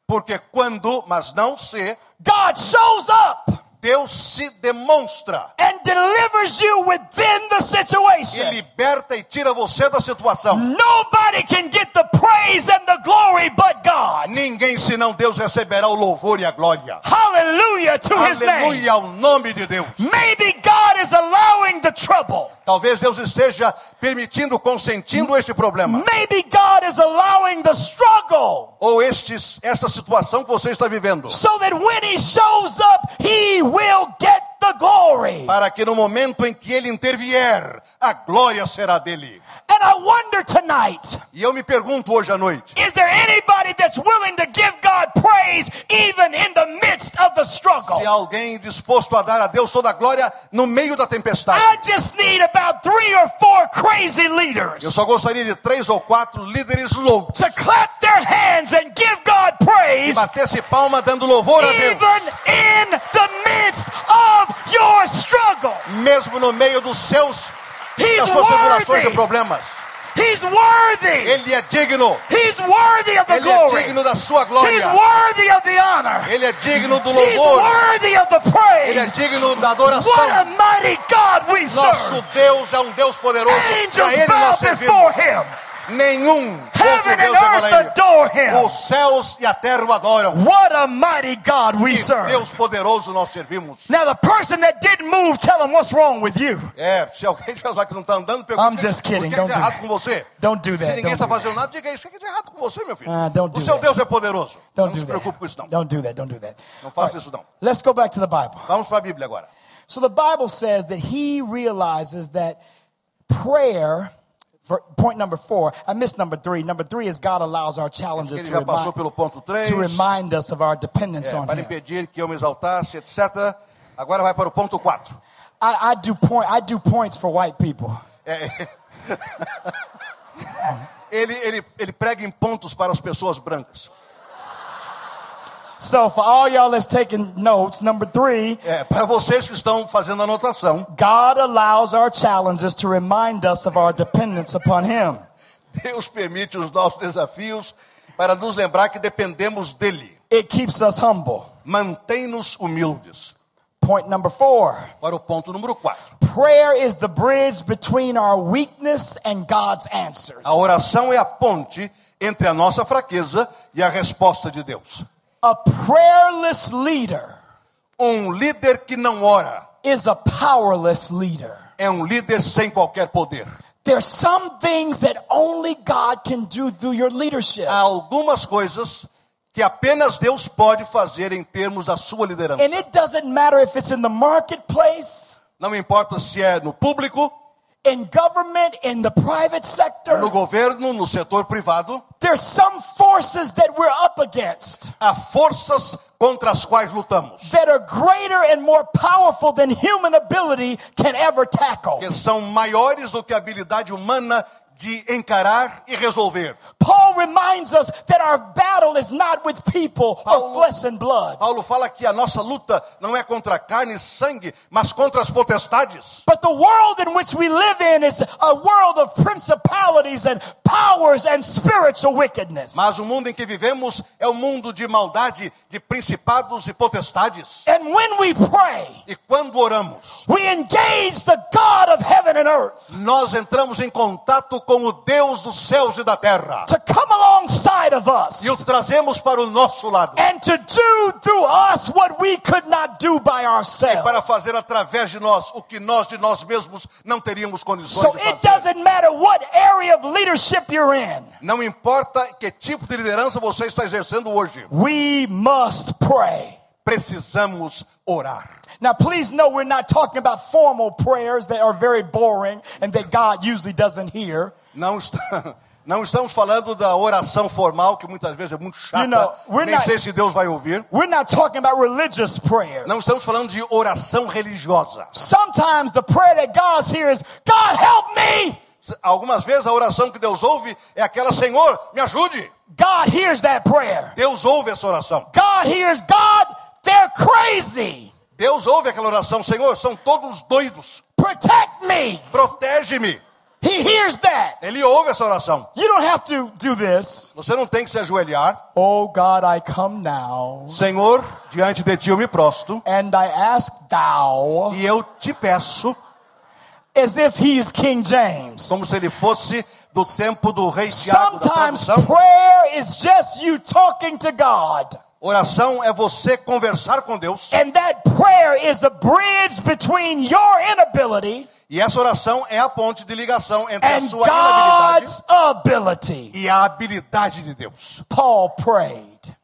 porque quando, mas não se,
God shows up
Deus se demonstra
and delivers you within the
e
situation.
liberta e tira você da situação.
Nobody can get the praise and the glory but God.
Ninguém senão Deus receberá o louvor e a glória.
Hallelujah to his name.
Aleluia ao nome de Deus.
Maybe God is allowing the trouble.
Talvez Deus esteja permitindo, consentindo este problema.
Maybe God is allowing the struggle
Ou este, esta situação que você está vivendo.
so that when he shows up, he will get the glory.
Para que no momento em que ele intervier, a glória será dele.
And I wonder tonight,
E eu me pergunto hoje à noite:
is there anybody that's willing to give God praise even in the midst of the
se há
struggle?
alguém disposto a dar a Deus toda a glória no meio da tempestade?
I just need about three or four crazy
Eu
leaders
só gostaria de três ou quatro líderes loucos
to clap their hands and give God
que
praise
batesse palma dando louvor a Deus,
even in the midst of your struggle.
mesmo no meio dos seus
He's
das suas tribulações e
worthy.
problemas.
He's worthy.
Ele é digno.
He's worthy of the
Ele é
glory.
digno da sua
He's
glória.
worthy of the honor.
Ele é digno do
He's
louvor.
worthy of the
Ele é
praise.
digno da
What a
adoração.
mighty God we
Nosso
serve.
Deus é um Deus poderoso. A
Angels
Ele
bow
nós servimos.
before him.
Nenhum outro
Heaven and
Deus igual a
earth
Ele.
adore him.
Os céus e a terra o adoram.
What a mighty God we
Que
serve.
Deus poderoso nós servimos.
Now, the person that didn't move, tell him what's wrong with you.
É, se alguém te falar que não está andando, pergunta
I'm
o que-
just
o
kidding,
que, é que
don't
de
do
errado
that.
com você.
Don't do
Se
that,
ninguém
don't
está
do
fazendo nada, diga isso. O que é que é de errado com você, meu filho?
Ah, don't
o
do
seu
that.
Deus é poderoso.
Don't
não
do
se preocupe com isso,
that.
não.
Don't do that. Don't do that.
Não faça isso, não.
Let's go back to the Bible.
Vamos para a Bíblia agora.
So the Bible says that he realizes that prayer, for point number four, I missed number three. Number three is God allows our challenges to
Ele já passou
remind,
pelo ponto 3.
to remind us of our dependence on
para
Him.
impedir que eu me exaltasse, etc. Agora vai para o ponto 4.
I, I do point. I do points for white people.
É, Ele, ele, ele prega em pontos para as pessoas brancas.
So for all y'all that's taking notes, number three,
É, para vocês que estão fazendo anotação,
God allows our challenges to remind us of our dependence upon Him.
Deus permite os nossos desafios para nos lembrar que dependemos dele.
It keeps us humble.
Mantém-nos humildes.
Point number four.
Para o ponto número 4.
Prayer is the bridge between our weakness and God's answers.
A oração é a ponte entre a nossa fraqueza e a resposta de Deus.
A prayerless leader
Um líder que não ora
is a powerless leader.
é um líder sem qualquer poder.
There's some things that only God can do through your leadership.
Há algumas coisas que apenas Deus pode fazer em termos da sua liderança.
And it doesn't matter if it's in the marketplace,
Não importa se é no público
in government, in the private sector,
no governo, no setor privado,
there's some forces that we're up against
há forças contra as quais lutamos,
that are greater and more powerful than human ability can ever tackle.
que são maiores do que a habilidade humana de encarar e resolver.
Paul reminds us that our battle is not with people or flesh and blood,
Paulo fala que a nossa luta não é contra carne e sangue, mas contra as potestades.
but the world in which we live in is a world of principalities and powers and spiritual wickedness.
Mas o mundo em que vivemos é um mundo de maldade, de principados e potestades.
And when we pray,
E quando oramos,
we engage the God of heaven and earth
nós entramos em contato com o Deus dos céus e da terra
to come alongside of
e o
us
trazemos para o nosso lado
and to do through us what we could not do by
para
ourselves.
fazer através de nós o que nós de nós mesmos não teríamos condições
So
de
it
fazer.
doesn't matter what area of leadership you're in,
Não importa que tipo de liderança você está exercendo hoje,
we must pray.
precisamos orar.
Now, please know we're not talking about formal prayers that are very boring and that God usually doesn't hear.
Não, está, não estamos falando da oração formal, que muitas vezes é muito chata,
You know, we're
nem
not-
sei se Deus vai ouvir.
We're not talking about religious prayer.
Não estamos falando de oração religiosa.
Sometimes the prayer that God's here is, God help me.
Algumas vezes a oração que Deus ouve é aquela: Senhor, me ajude.
God hears that prayer.
Deus ouve essa oração.
God hears, God, they're crazy.
Deus ouve aquela oração: Senhor, são todos doidos.
Protect me.
Protege-me.
He hears that.
Ele ouve essa oração.
You don't have to do this.
Você não tem que se ajoelhar.
Oh God, I come now
Senhor, diante de ti eu me prosto
and I ask thou
e eu te peço,
as if he's King James.
como se ele fosse do tempo do rei Tiago da
Sometimes
tradução.
prayer is just you talking to God.
Oração é você conversar com Deus.
And that prayer is a bridge between your inability
E essa oração é a ponte de ligação entre a
and
sua inabilidade
God's ability.
e a habilidade de Deus.
Paul prayed.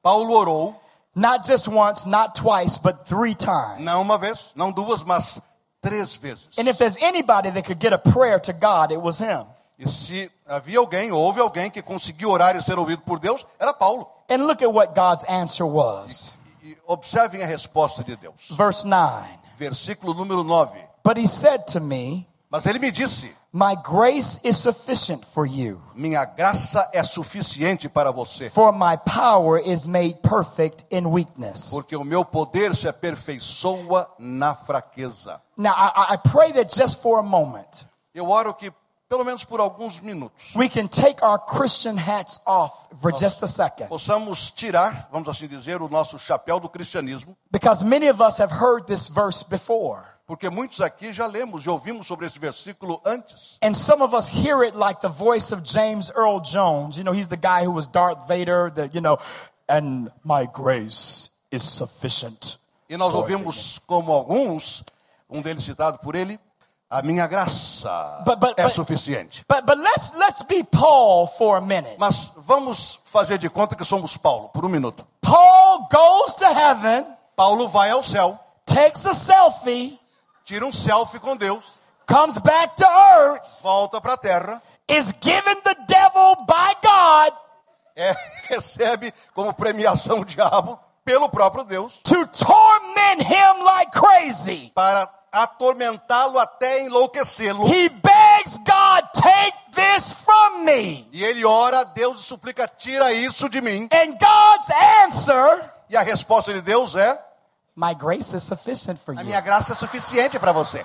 Paulo orou,
Not just once, not twice, but three times.
não uma vez, não duas, mas três vezes.
And if there's anybody that could get a prayer to God, it was him.
E se havia alguém, houve alguém que conseguiu orar e ser ouvido por Deus, era Paulo.
And look at what God's answer was.
E observem a resposta de Deus.
Verse 9.
Versículo número 9.
But he said to me,
Mas ele me disse:
My grace is sufficient for you,
Minha graça é suficiente para você,
for my power is made perfect in weakness.
porque o meu poder se aperfeiçoa na fraqueza.
Now, I, I- I pray that just for a moment,
Eu oro que, pelo menos por alguns minutos,
we can take our Christian hats off for just a second.
possamos tirar, vamos assim dizer, o nosso chapéu do cristianismo,
Because many of us have heard this verse before.
porque muitos aqui já lemos e ouvimos sobre esse versículo antes.
And some of us hear it like the voice of James Earl Jones. You know, he's the guy who was Darth Vader, the, you know, and my grace is sufficient.
E nós ouvimos como alguns, um deles citado por ele, a minha graça
But- but-
é
but-
suficiente.
But, but let's, let's be Paul for a minute.
Mas vamos fazer de conta que somos Paulo, por um minuto.
Paul goes to heaven,
Paulo vai ao céu,
takes a selfie,
tira um selfie com Deus,
comes back to earth,
volta para a terra,
is given the devil by God
é, recebe como premiação o diabo pelo próprio Deus
to torment him like crazy.
para atormentá-lo até enlouquecê-lo.
He begs God, take this from me.
E ele ora a Deus e suplica: tira isso de mim.
And God's answer,
E a resposta de Deus é:
my grace is sufficient for you.
minha graça é suficiente para você.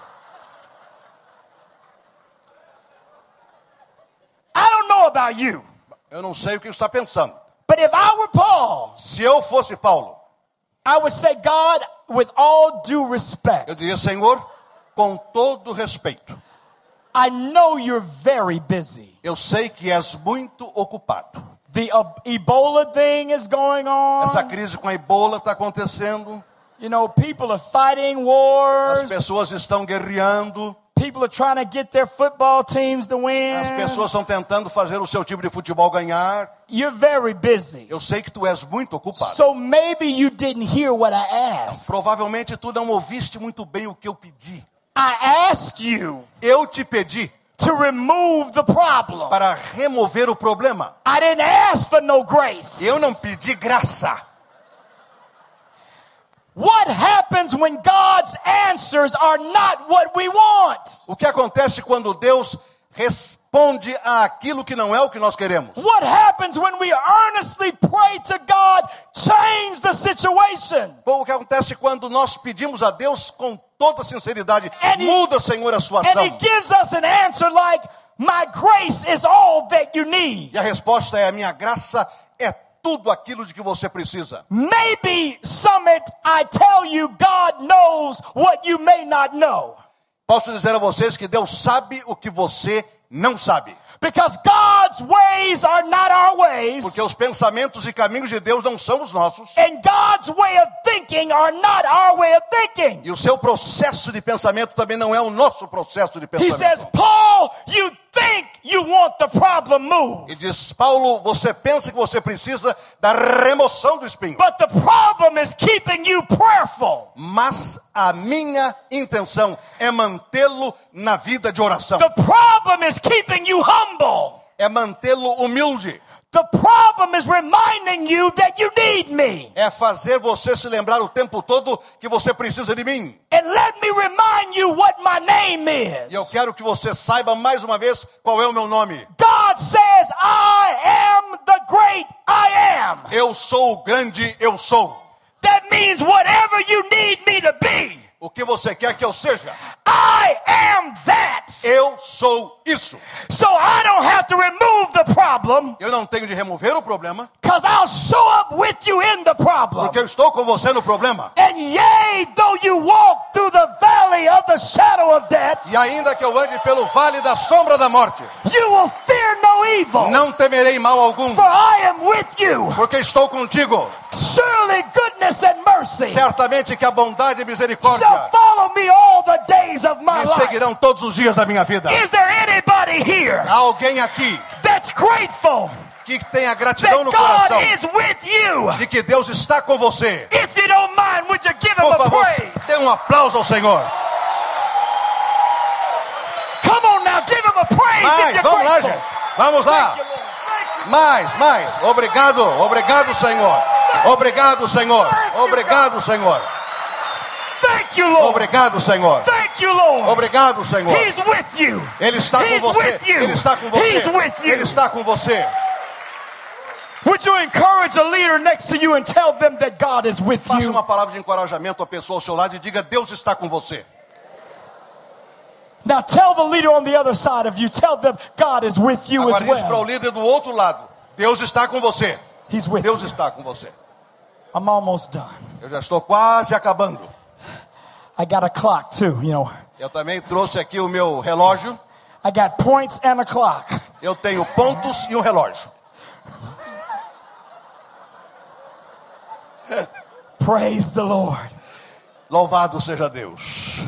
I don't know about you,
Eu não sei o que está pensando.
but if I were Paul,
Se eu fosse Paulo,
I would say, God, with all due
eu
respect,
diria: Senhor, com todo respeito,
I know you're very busy.
eu sei que és muito ocupado.
The uh, Ebola thing is going
Essa
on.
crise com a ebola está acontecendo,
You know, people are fighting
as
wars.
pessoas estão guerreando,
People are trying to get their football teams to win.
as pessoas estão tentando fazer o seu time de futebol ganhar.
You're very busy.
Eu sei que tu és muito ocupado.
So maybe you didn't hear what I asked.
Provavelmente tu não ouviste muito bem o que eu pedi.
I ask you
Eu te pedi
to remove the problem.
para remover o problema.
I didn't ask for no grace.
Eu não pedi graça.
What happens when God's answers are not what we want?
O que acontece quando Deus responde àquilo que não é o que nós queremos?
What happens when we earnestly pray to God, change the situation?
Bom, o que acontece quando nós pedimos a Deus com toda sinceridade,
And he-
muda, Senhor, a sua
And He
ação.
gives us an answer like, My grace is all that you need.
E a resposta é: a minha graça é tudo aquilo de que você precisa.
Maybe, Summit, I tell you, God knows what you may not know.
Posso dizer a vocês que Deus sabe o que você não sabe.
Because God's ways are not our ways,
Porque os pensamentos e caminhos de Deus não são os nossos.
and God's way of thinking are not our way of thinking.
E o seu processo de pensamento também não é o nosso processo de
He says,
pensamento.
Paul, you think you want the problem moved,
E diz Paulo, você pensa que você precisa da remoção do espinho.
but the problem is keeping you prayerful.
Mas a minha intenção é mantê-lo na vida de oração.
The problem is keeping you humble.
É mantê-lo humilde.
The problem is reminding you that you need me.
É fazer você se lembrar o tempo todo que você precisa de mim.
And let me remind you what my name
E eu
is.
quero que você saiba mais uma vez qual é o meu nome.
God says, I am the great I am.
Eu sou o grande eu sou.
That means whatever you need me to be,
O que você quer que eu seja?
I am that.
Eu sou isso.
So I don't have to remove the problem
Eu não tenho de remover o problema,
because I'll show up with you in the problem.
porque eu estou com você no problema.
And yea, though you walk through the valley of the shadow of death,
E ainda que eu ande pelo vale da sombra da morte,
you will fear no evil.
não temerei mal algum,
For I am with you.
porque estou contigo.
Surely goodness and mercy
Certamente que a bondade e misericórdia
shall follow me all the days of my
me
life.
seguirão todos os dias da minha vida.
Is there anybody here
Há alguém aqui
that's grateful
que tenha gratidão
that
no coração
God is with you?
de que Deus está com você.
If you don't mind, would you give him
Por
a
favor,
praise?
dê um aplauso ao Senhor.
Come on now, give him a praise if
Mais,
you're
vamos lá,
grateful.
gente. Vamos lá.
Thank you, Lord. Thank you.
Mais, mais. Obrigado, obrigado, Senhor. Obrigado, Senhor. Obrigado, Senhor.
Thank you, Lord.
Obrigado, Senhor.
Thank you, Lord.
Obrigado, Senhor.
He's with you.
Ele está com
He's
você.
with you.
Ele está com você.
He's with you.
Ele está com você.
Would you encourage a leader next to you and tell them that God is with
Faça
you?
uma palavra de encorajamento à pessoa ao seu lado e diga: Deus está com você.
Now tell the leader on the other side of you, tell them God is with you
Agora
as
diz para o
well.
líder do outro lado: Deus está com você.
He's with
Deus
you.
está com você.
I'm almost done.
Eu já estou quase acabando.
I got a clock too, you know.
Eu também trouxe aqui o meu relógio.
I got points and a clock.
Eu tenho pontos e um relógio.
Praise the Lord.
Louvado seja Deus.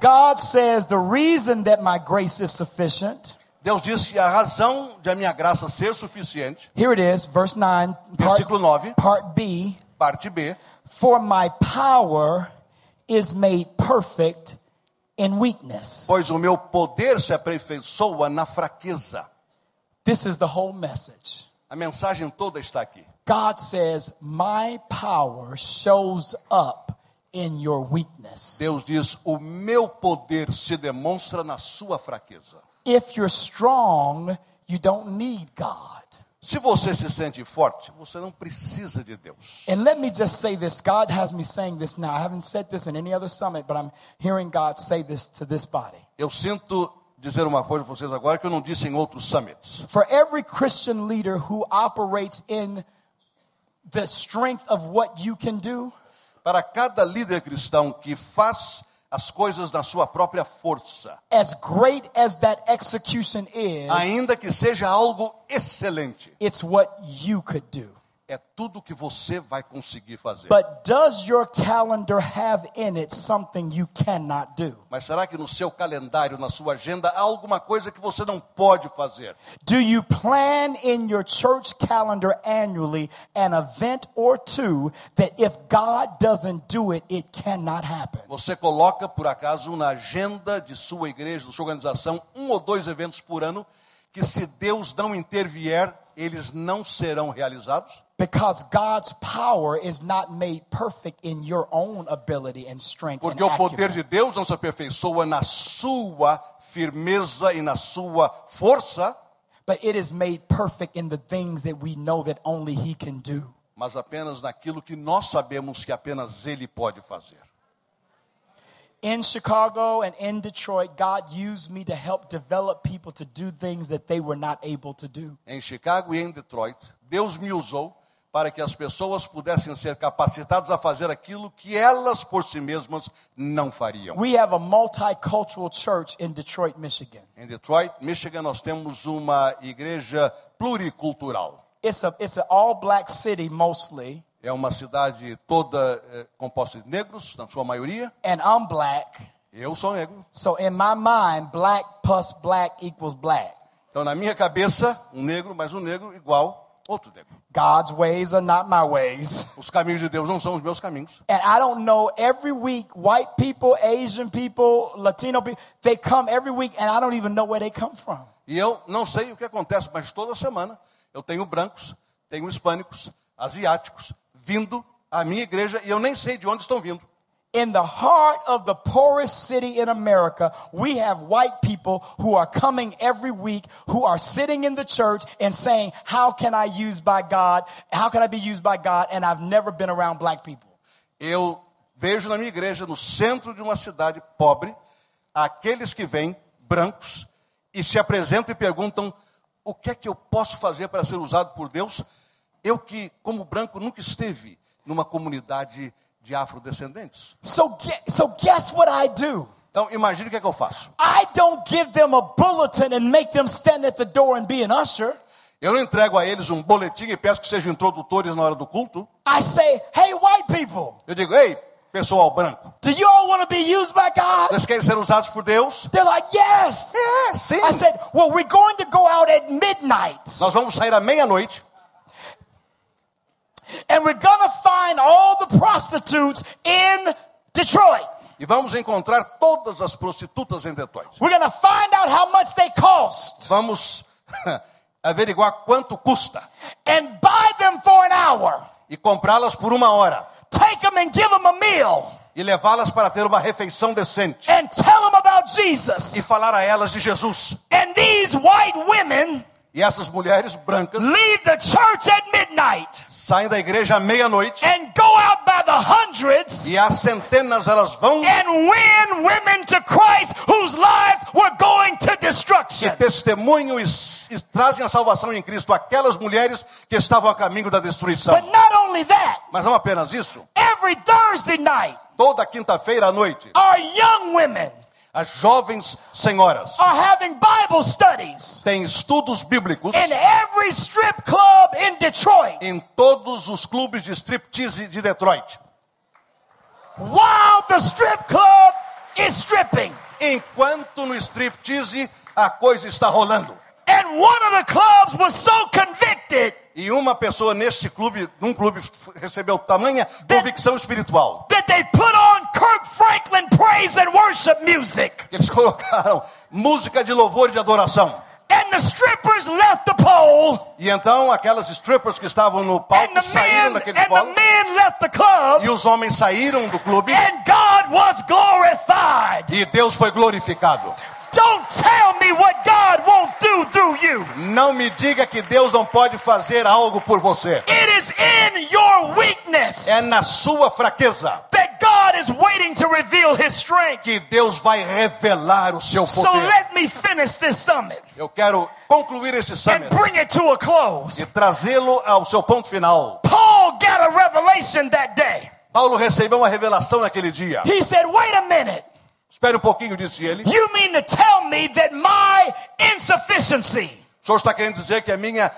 God says the reason that my grace is sufficient,
Deus disse que a razão de a minha graça ser suficiente,
here it is, verse 9, part,
versículo 9,
part B,
parte B,
for my power is made perfect in weakness.
pois o meu poder se aperfeiçoa na fraqueza.
This is the whole message.
A mensagem toda está aqui.
God says, My power shows up in your weakness.
Deus diz: "O meu poder se demonstra na sua fraqueza".
If you're strong, you don't need God.
Se você se sente forte, você não precisa de Deus.
And let me just say this God has me saying this now. I haven't said this in any other summit, but I'm hearing God say this to this body.
Eu sinto dizer uma coisa para vocês agora que eu não disse em outros summits.
For every Christian leader who operates in the strength of what you can do,
Para cada líder cristão que faz as coisas na sua própria força,
as great as that execution is,
ainda que seja algo excelente,
it's what you could do.
é tudo que você vai conseguir fazer.
But does your calendar have in it something you cannot do?
Mas será que no seu calendário, na sua agenda, há alguma coisa que você não pode fazer?
Do you plan in your church calendar annually an event or two that if God doesn't do it, it cannot happen?
Você coloca, por acaso, na agenda de sua igreja, da sua organização, um ou dois eventos por ano que, se Deus não intervier, eles não serão realizados?
Because God's power is not made perfect in your own ability and strength.
Porque
and
o poder
acumen.
de Deus não se aperfeiçoa na sua firmeza e na sua força,
But it is made perfect in the things that we know that only He can do.
mas apenas naquilo que nós sabemos que apenas Ele pode fazer.
In Chicago and in Detroit, God used me to help develop people to do things that they were not able to do.
Em Chicago e em Detroit, Deus me usou para que as pessoas pudessem ser capacitadas a fazer aquilo que elas por si mesmas não fariam.
We have a multicultural church in Detroit, Michigan.
Em Detroit, Michigan, nós temos uma igreja pluricultural.
It's a it's an all black city mostly,
É uma cidade toda eh, composta de negros, na sua maioria.
and I'm black.
Eu sou negro.
So in my mind, black plus black equals black.
Então, na minha cabeça, um negro mais um negro igual outro negro.
God's ways are not my ways.
Os caminhos de Deus não são os meus caminhos.
And I don't know, every week, white people, Asian people, Latino people, they come every week, and I don't even know where they come from.
E eu não sei o que acontece, mas toda semana eu tenho brancos, tenho hispânicos, asiáticos vindo à minha igreja e eu nem sei de onde estão vindo.
In the heart of the poorest city in America, we have white people who are coming every week, who are sitting in the church and saying, How can I use by God? How can I be used by God? And I've never been around black people.
Eu vejo na minha igreja, no centro de uma cidade pobre, aqueles que vêm, brancos, e se apresentam e perguntam: o que é que eu posso fazer para ser usado por Deus? Eu que, como branco, nunca esteve numa comunidade de afrodescendentes.
So, ge- so guess what I do?
Então, imagine o que é que eu faço.
I don't give them a bulletin and make them stand at the door and be an usher.
Eu não entrego a eles um boletim e peço que sejam introdutores na hora do culto.
I say, hey, white people,
Eu digo: ei, pessoal branco,
do you all want to be used by God?
vocês querem ser usados por Deus?
They're like, yes.
É, sim.
I said, well, we're going to go out at midnight
Nós vamos sair à meia-noite
and we're going to find all the prostitutes in Detroit.
e vamos encontrar todas as prostitutas em Detroit.
We're going to find out how much they cost
vamos averiguar quanto custa
and buy them for an hour.
e comprá-las por uma hora
Take them and give them a meal
e levá-las para ter uma refeição decente
and tell them about
e
Jesus.
falar a elas de Jesus.
And these white women
E essas mulheres brancas
leave the church at midnight
saem da igreja à meia-noite
and go out by the hundreds
e às centenas elas vão
and win women to Christ whose lives were going to destruction.
testemunham e, s- e trazem a salvação em Cristo aquelas mulheres que estavam a caminho da
But
destruição.
not only that,
Mas não apenas isso,
every Thursday night,
toda quinta-feira à noite,
our young women
as jovens senhoras
are having Bible studies
têm estudos bíblicos
in every strip club in Detroit
em todos os clubes de striptease de Detroit.
while the strip club is stripping.
Enquanto no striptease a coisa está rolando.
And one of the clubs was so convicted
E uma pessoa neste clube, num clube, f- recebeu tamanha convicção espiritual.
that they put on Kirk Franklin praise and worship music.
que Eles colocaram música de louvor e de adoração.
And the strippers left the pole
E então aquelas strippers que estavam no
and
palco
the men,
saíram daquele
and the
palco.
men left the club
E os homens saíram do clube
and God was glorified.
e Deus foi glorificado.
Don't tell me what God won't do through you.
Não me diga que Deus não pode fazer algo por você.
It is in your weakness
É na sua fraqueza
that God is waiting to reveal his strength.
que Deus vai revelar o seu
So
poder.
let me finish this summit
Eu quero concluir esse
and
summit.
bring it to a close.
e trazê-lo ao seu ponto final.
Paul got a revelation that day.
Paulo recebeu uma revelação naquele dia.
He said, Wait a minute.
Espere um pouquinho, disse ele.
You mean to tell me that my insufficiency
O senhor está querendo dizer que a minha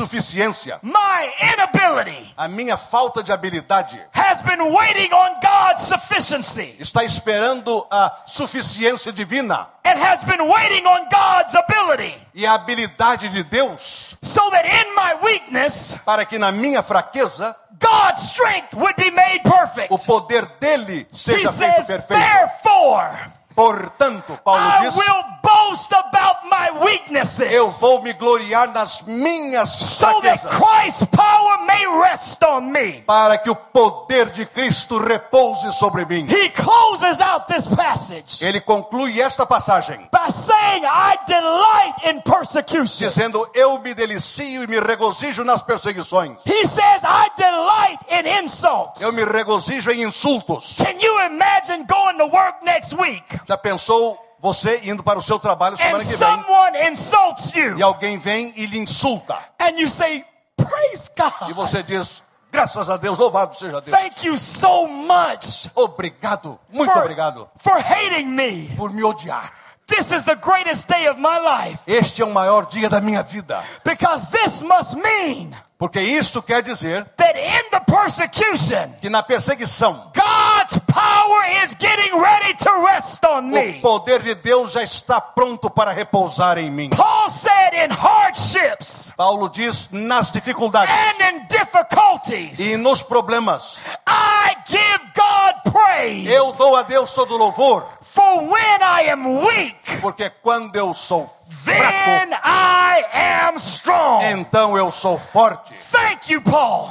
insuficiência,
my inability
a minha falta de habilidade,
has been waiting on God's sufficiency.
está esperando a suficiência divina
It has been waiting on God's ability
e a habilidade de Deus
so that in my weakness,
para que na minha fraqueza
God's strength would be made perfect.
o poder dele
He
seja feito
says,
perfeito.
therefore,
Portanto, Paulo
I
diz:
will boast about my weaknesses
Eu vou me gloriar nas minhas
so that
fraquezas,
Christ's power may rest on me.
para que o poder de Cristo repouse sobre mim.
He closes out this passage
Ele conclui esta passagem
by saying, I delight in persecution.
dizendo: Eu me delicio e me regozijo nas perseguições.
He says, I delight in insults.
Eu me regozijo em insultos.
Can you imagine going to work next week
Já pensou você indo para o seu trabalho
and
semana que vem
someone insults you
e alguém vem e lhe insulta
and you say, Praise
e
God.
você diz: Graças a Deus, louvado seja Deus.
Thank you so much
Obrigado, muito
for,
obrigado
for hating me.
por me odiar.
This is the greatest day of my life
Este é o maior dia da minha vida,
because this must mean
porque isto quer dizer
that in the persecution,
que na perseguição
God's power is getting ready to rest on
o
me.
poder de Deus já está pronto para repousar em mim.
Paul said, In hardships
Paulo diz nas dificuldades
and in difficulties,
e nos problemas,
I give God praise.
eu dou a Deus todo louvor,
For when I am weak,
porque quando eu sou fraco,
then I am strong.
então eu sou forte.
Thank you, Paul.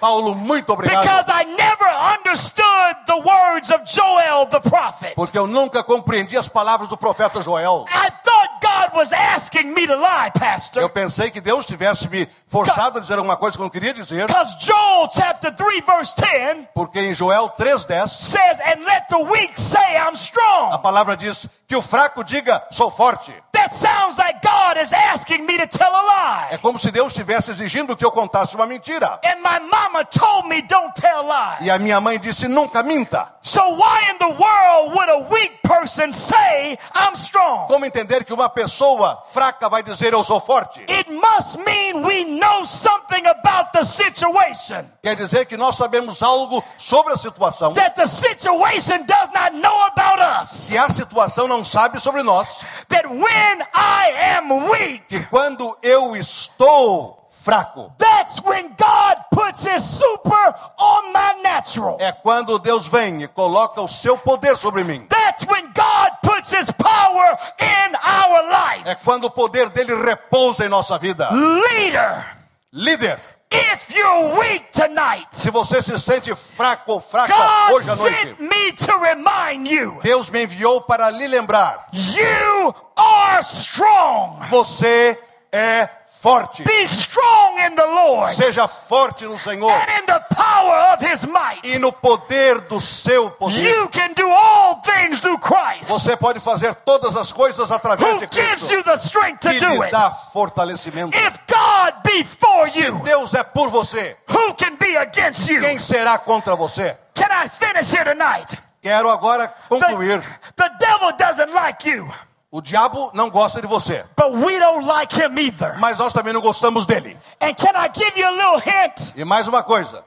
Paulo, muito
Because
obrigado,
I never understood the words of Joel the prophet.
porque eu nunca compreendi as palavras do profeta Joel.
I thought God was asking me to lie, Pastor.
Eu pensei que Deus tivesse me forçado a dizer alguma coisa que eu não queria dizer,
Because Joel chapter 3, verse 10
porque em Joel 3:10
says, And let the weak say, I'm
a
strong.
palavra diz que o fraco diga sou forte.
That sounds like God is asking me to tell a
É
lie.
como se Deus estivesse exigindo que eu contasse uma mentira.
And my mama told me, Don't tell lies.
E a minha mãe disse: nunca minta.
So why in the world would a weak person say, I'm strong?
Como entender que uma pessoa fraca vai dizer eu sou forte?
It must mean we know something about the situation
Quer dizer que nós sabemos algo sobre a situação
that the situation does not know about us.
que a situação não sabe sobre nós.
That when I am weak,
Que quando eu estou fraco
that's when God puts his super on my natural.
é quando Deus vem e coloca o seu poder sobre mim.
That's when God puts his power in our
É
life.
quando o poder dele repousa em nossa vida.
Leader,
Líder,
if you're weak tonight,
se você se sente fraco ou fraca
God
hoje à noite,
sent me to remind you,
Deus me enviou para lhe lembrar:
you are strong.
você é forte.
Be strong in the Lord
Seja forte no Senhor
and in the power of his might.
e no poder do seu poder.
You can do all things through Christ
Você pode fazer todas as coisas através
who
de
gives
Cristo
you the strength to
que
do
lhe
it.
dá fortalecimento.
If God be for
Se
you,
Deus é por você,
who can be against you?
quem será contra você?
Can I finish here tonight?
Quero agora concluir.
The, the devil doesn't like you,
O diabo não gosta de você,
but we don't like him either.
mas nós também não gostamos dele.
And can I give you a little hint?
E mais uma coisa,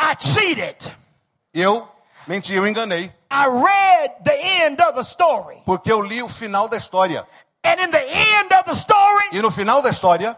I cheated.
eu menti, eu enganei,
I read the end of the story.
porque eu li o final da história.
And in the end of the story,
E no final da história,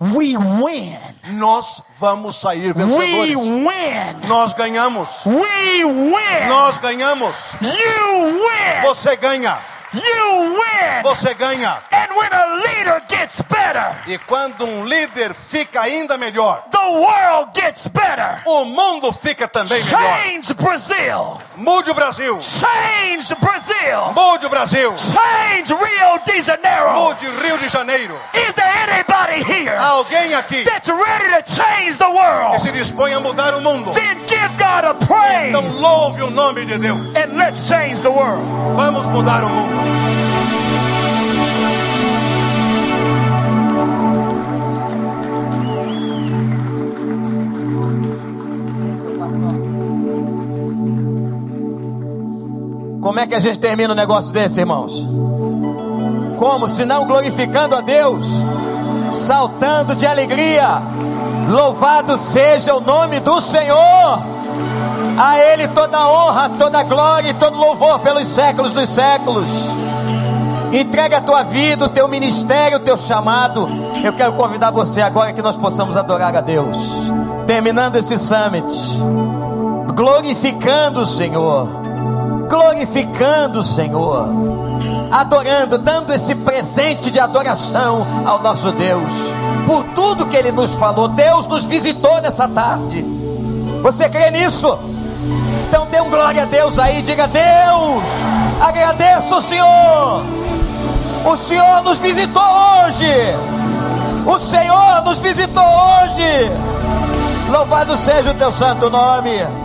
we win.
nós vamos sair
We
vencedores.
win.
Nós ganhamos.
We win.
Nós ganhamos.
You win.
Você ganha.
You win.
Você ganha.
And when a leader gets better,
E quando um líder fica ainda melhor,
the world gets better.
o mundo fica também melhor.
Change Brazil.
Mude o Brasil.
Change Brazil.
Mude o Brasil.
Change Rio de Janeiro.
Mude Rio de Janeiro.
Is there anybody here
Uh, Alguém aqui
that's ready to change the
que
world?
se dispõe a mudar o mundo.
Then give God a
Então
praise
louve o nome de Deus.
and let's change the world.
Vamos mudar o mundo.
Como é que a gente termina um negócio desse, irmãos? Como? Se não glorificando a Deus.
saltando de alegria. Louvado seja o nome do Senhor. A Ele toda honra, toda glória e todo louvor pelos séculos dos séculos. Entrega a tua vida, o teu ministério, o teu chamado. Eu quero convidar você agora que nós possamos adorar a Deus. Terminando esse summit, glorificando o Senhor, glorificando o Senhor, adorando, dando esse presente de adoração ao nosso Deus, por tudo que Ele nos falou. Deus nos visitou nessa tarde. Você crê nisso? Então dê um glória a Deus aí, diga: Deus, agradeço o Senhor. O Senhor nos visitou hoje. O Senhor nos visitou hoje. Louvado seja o teu santo nome.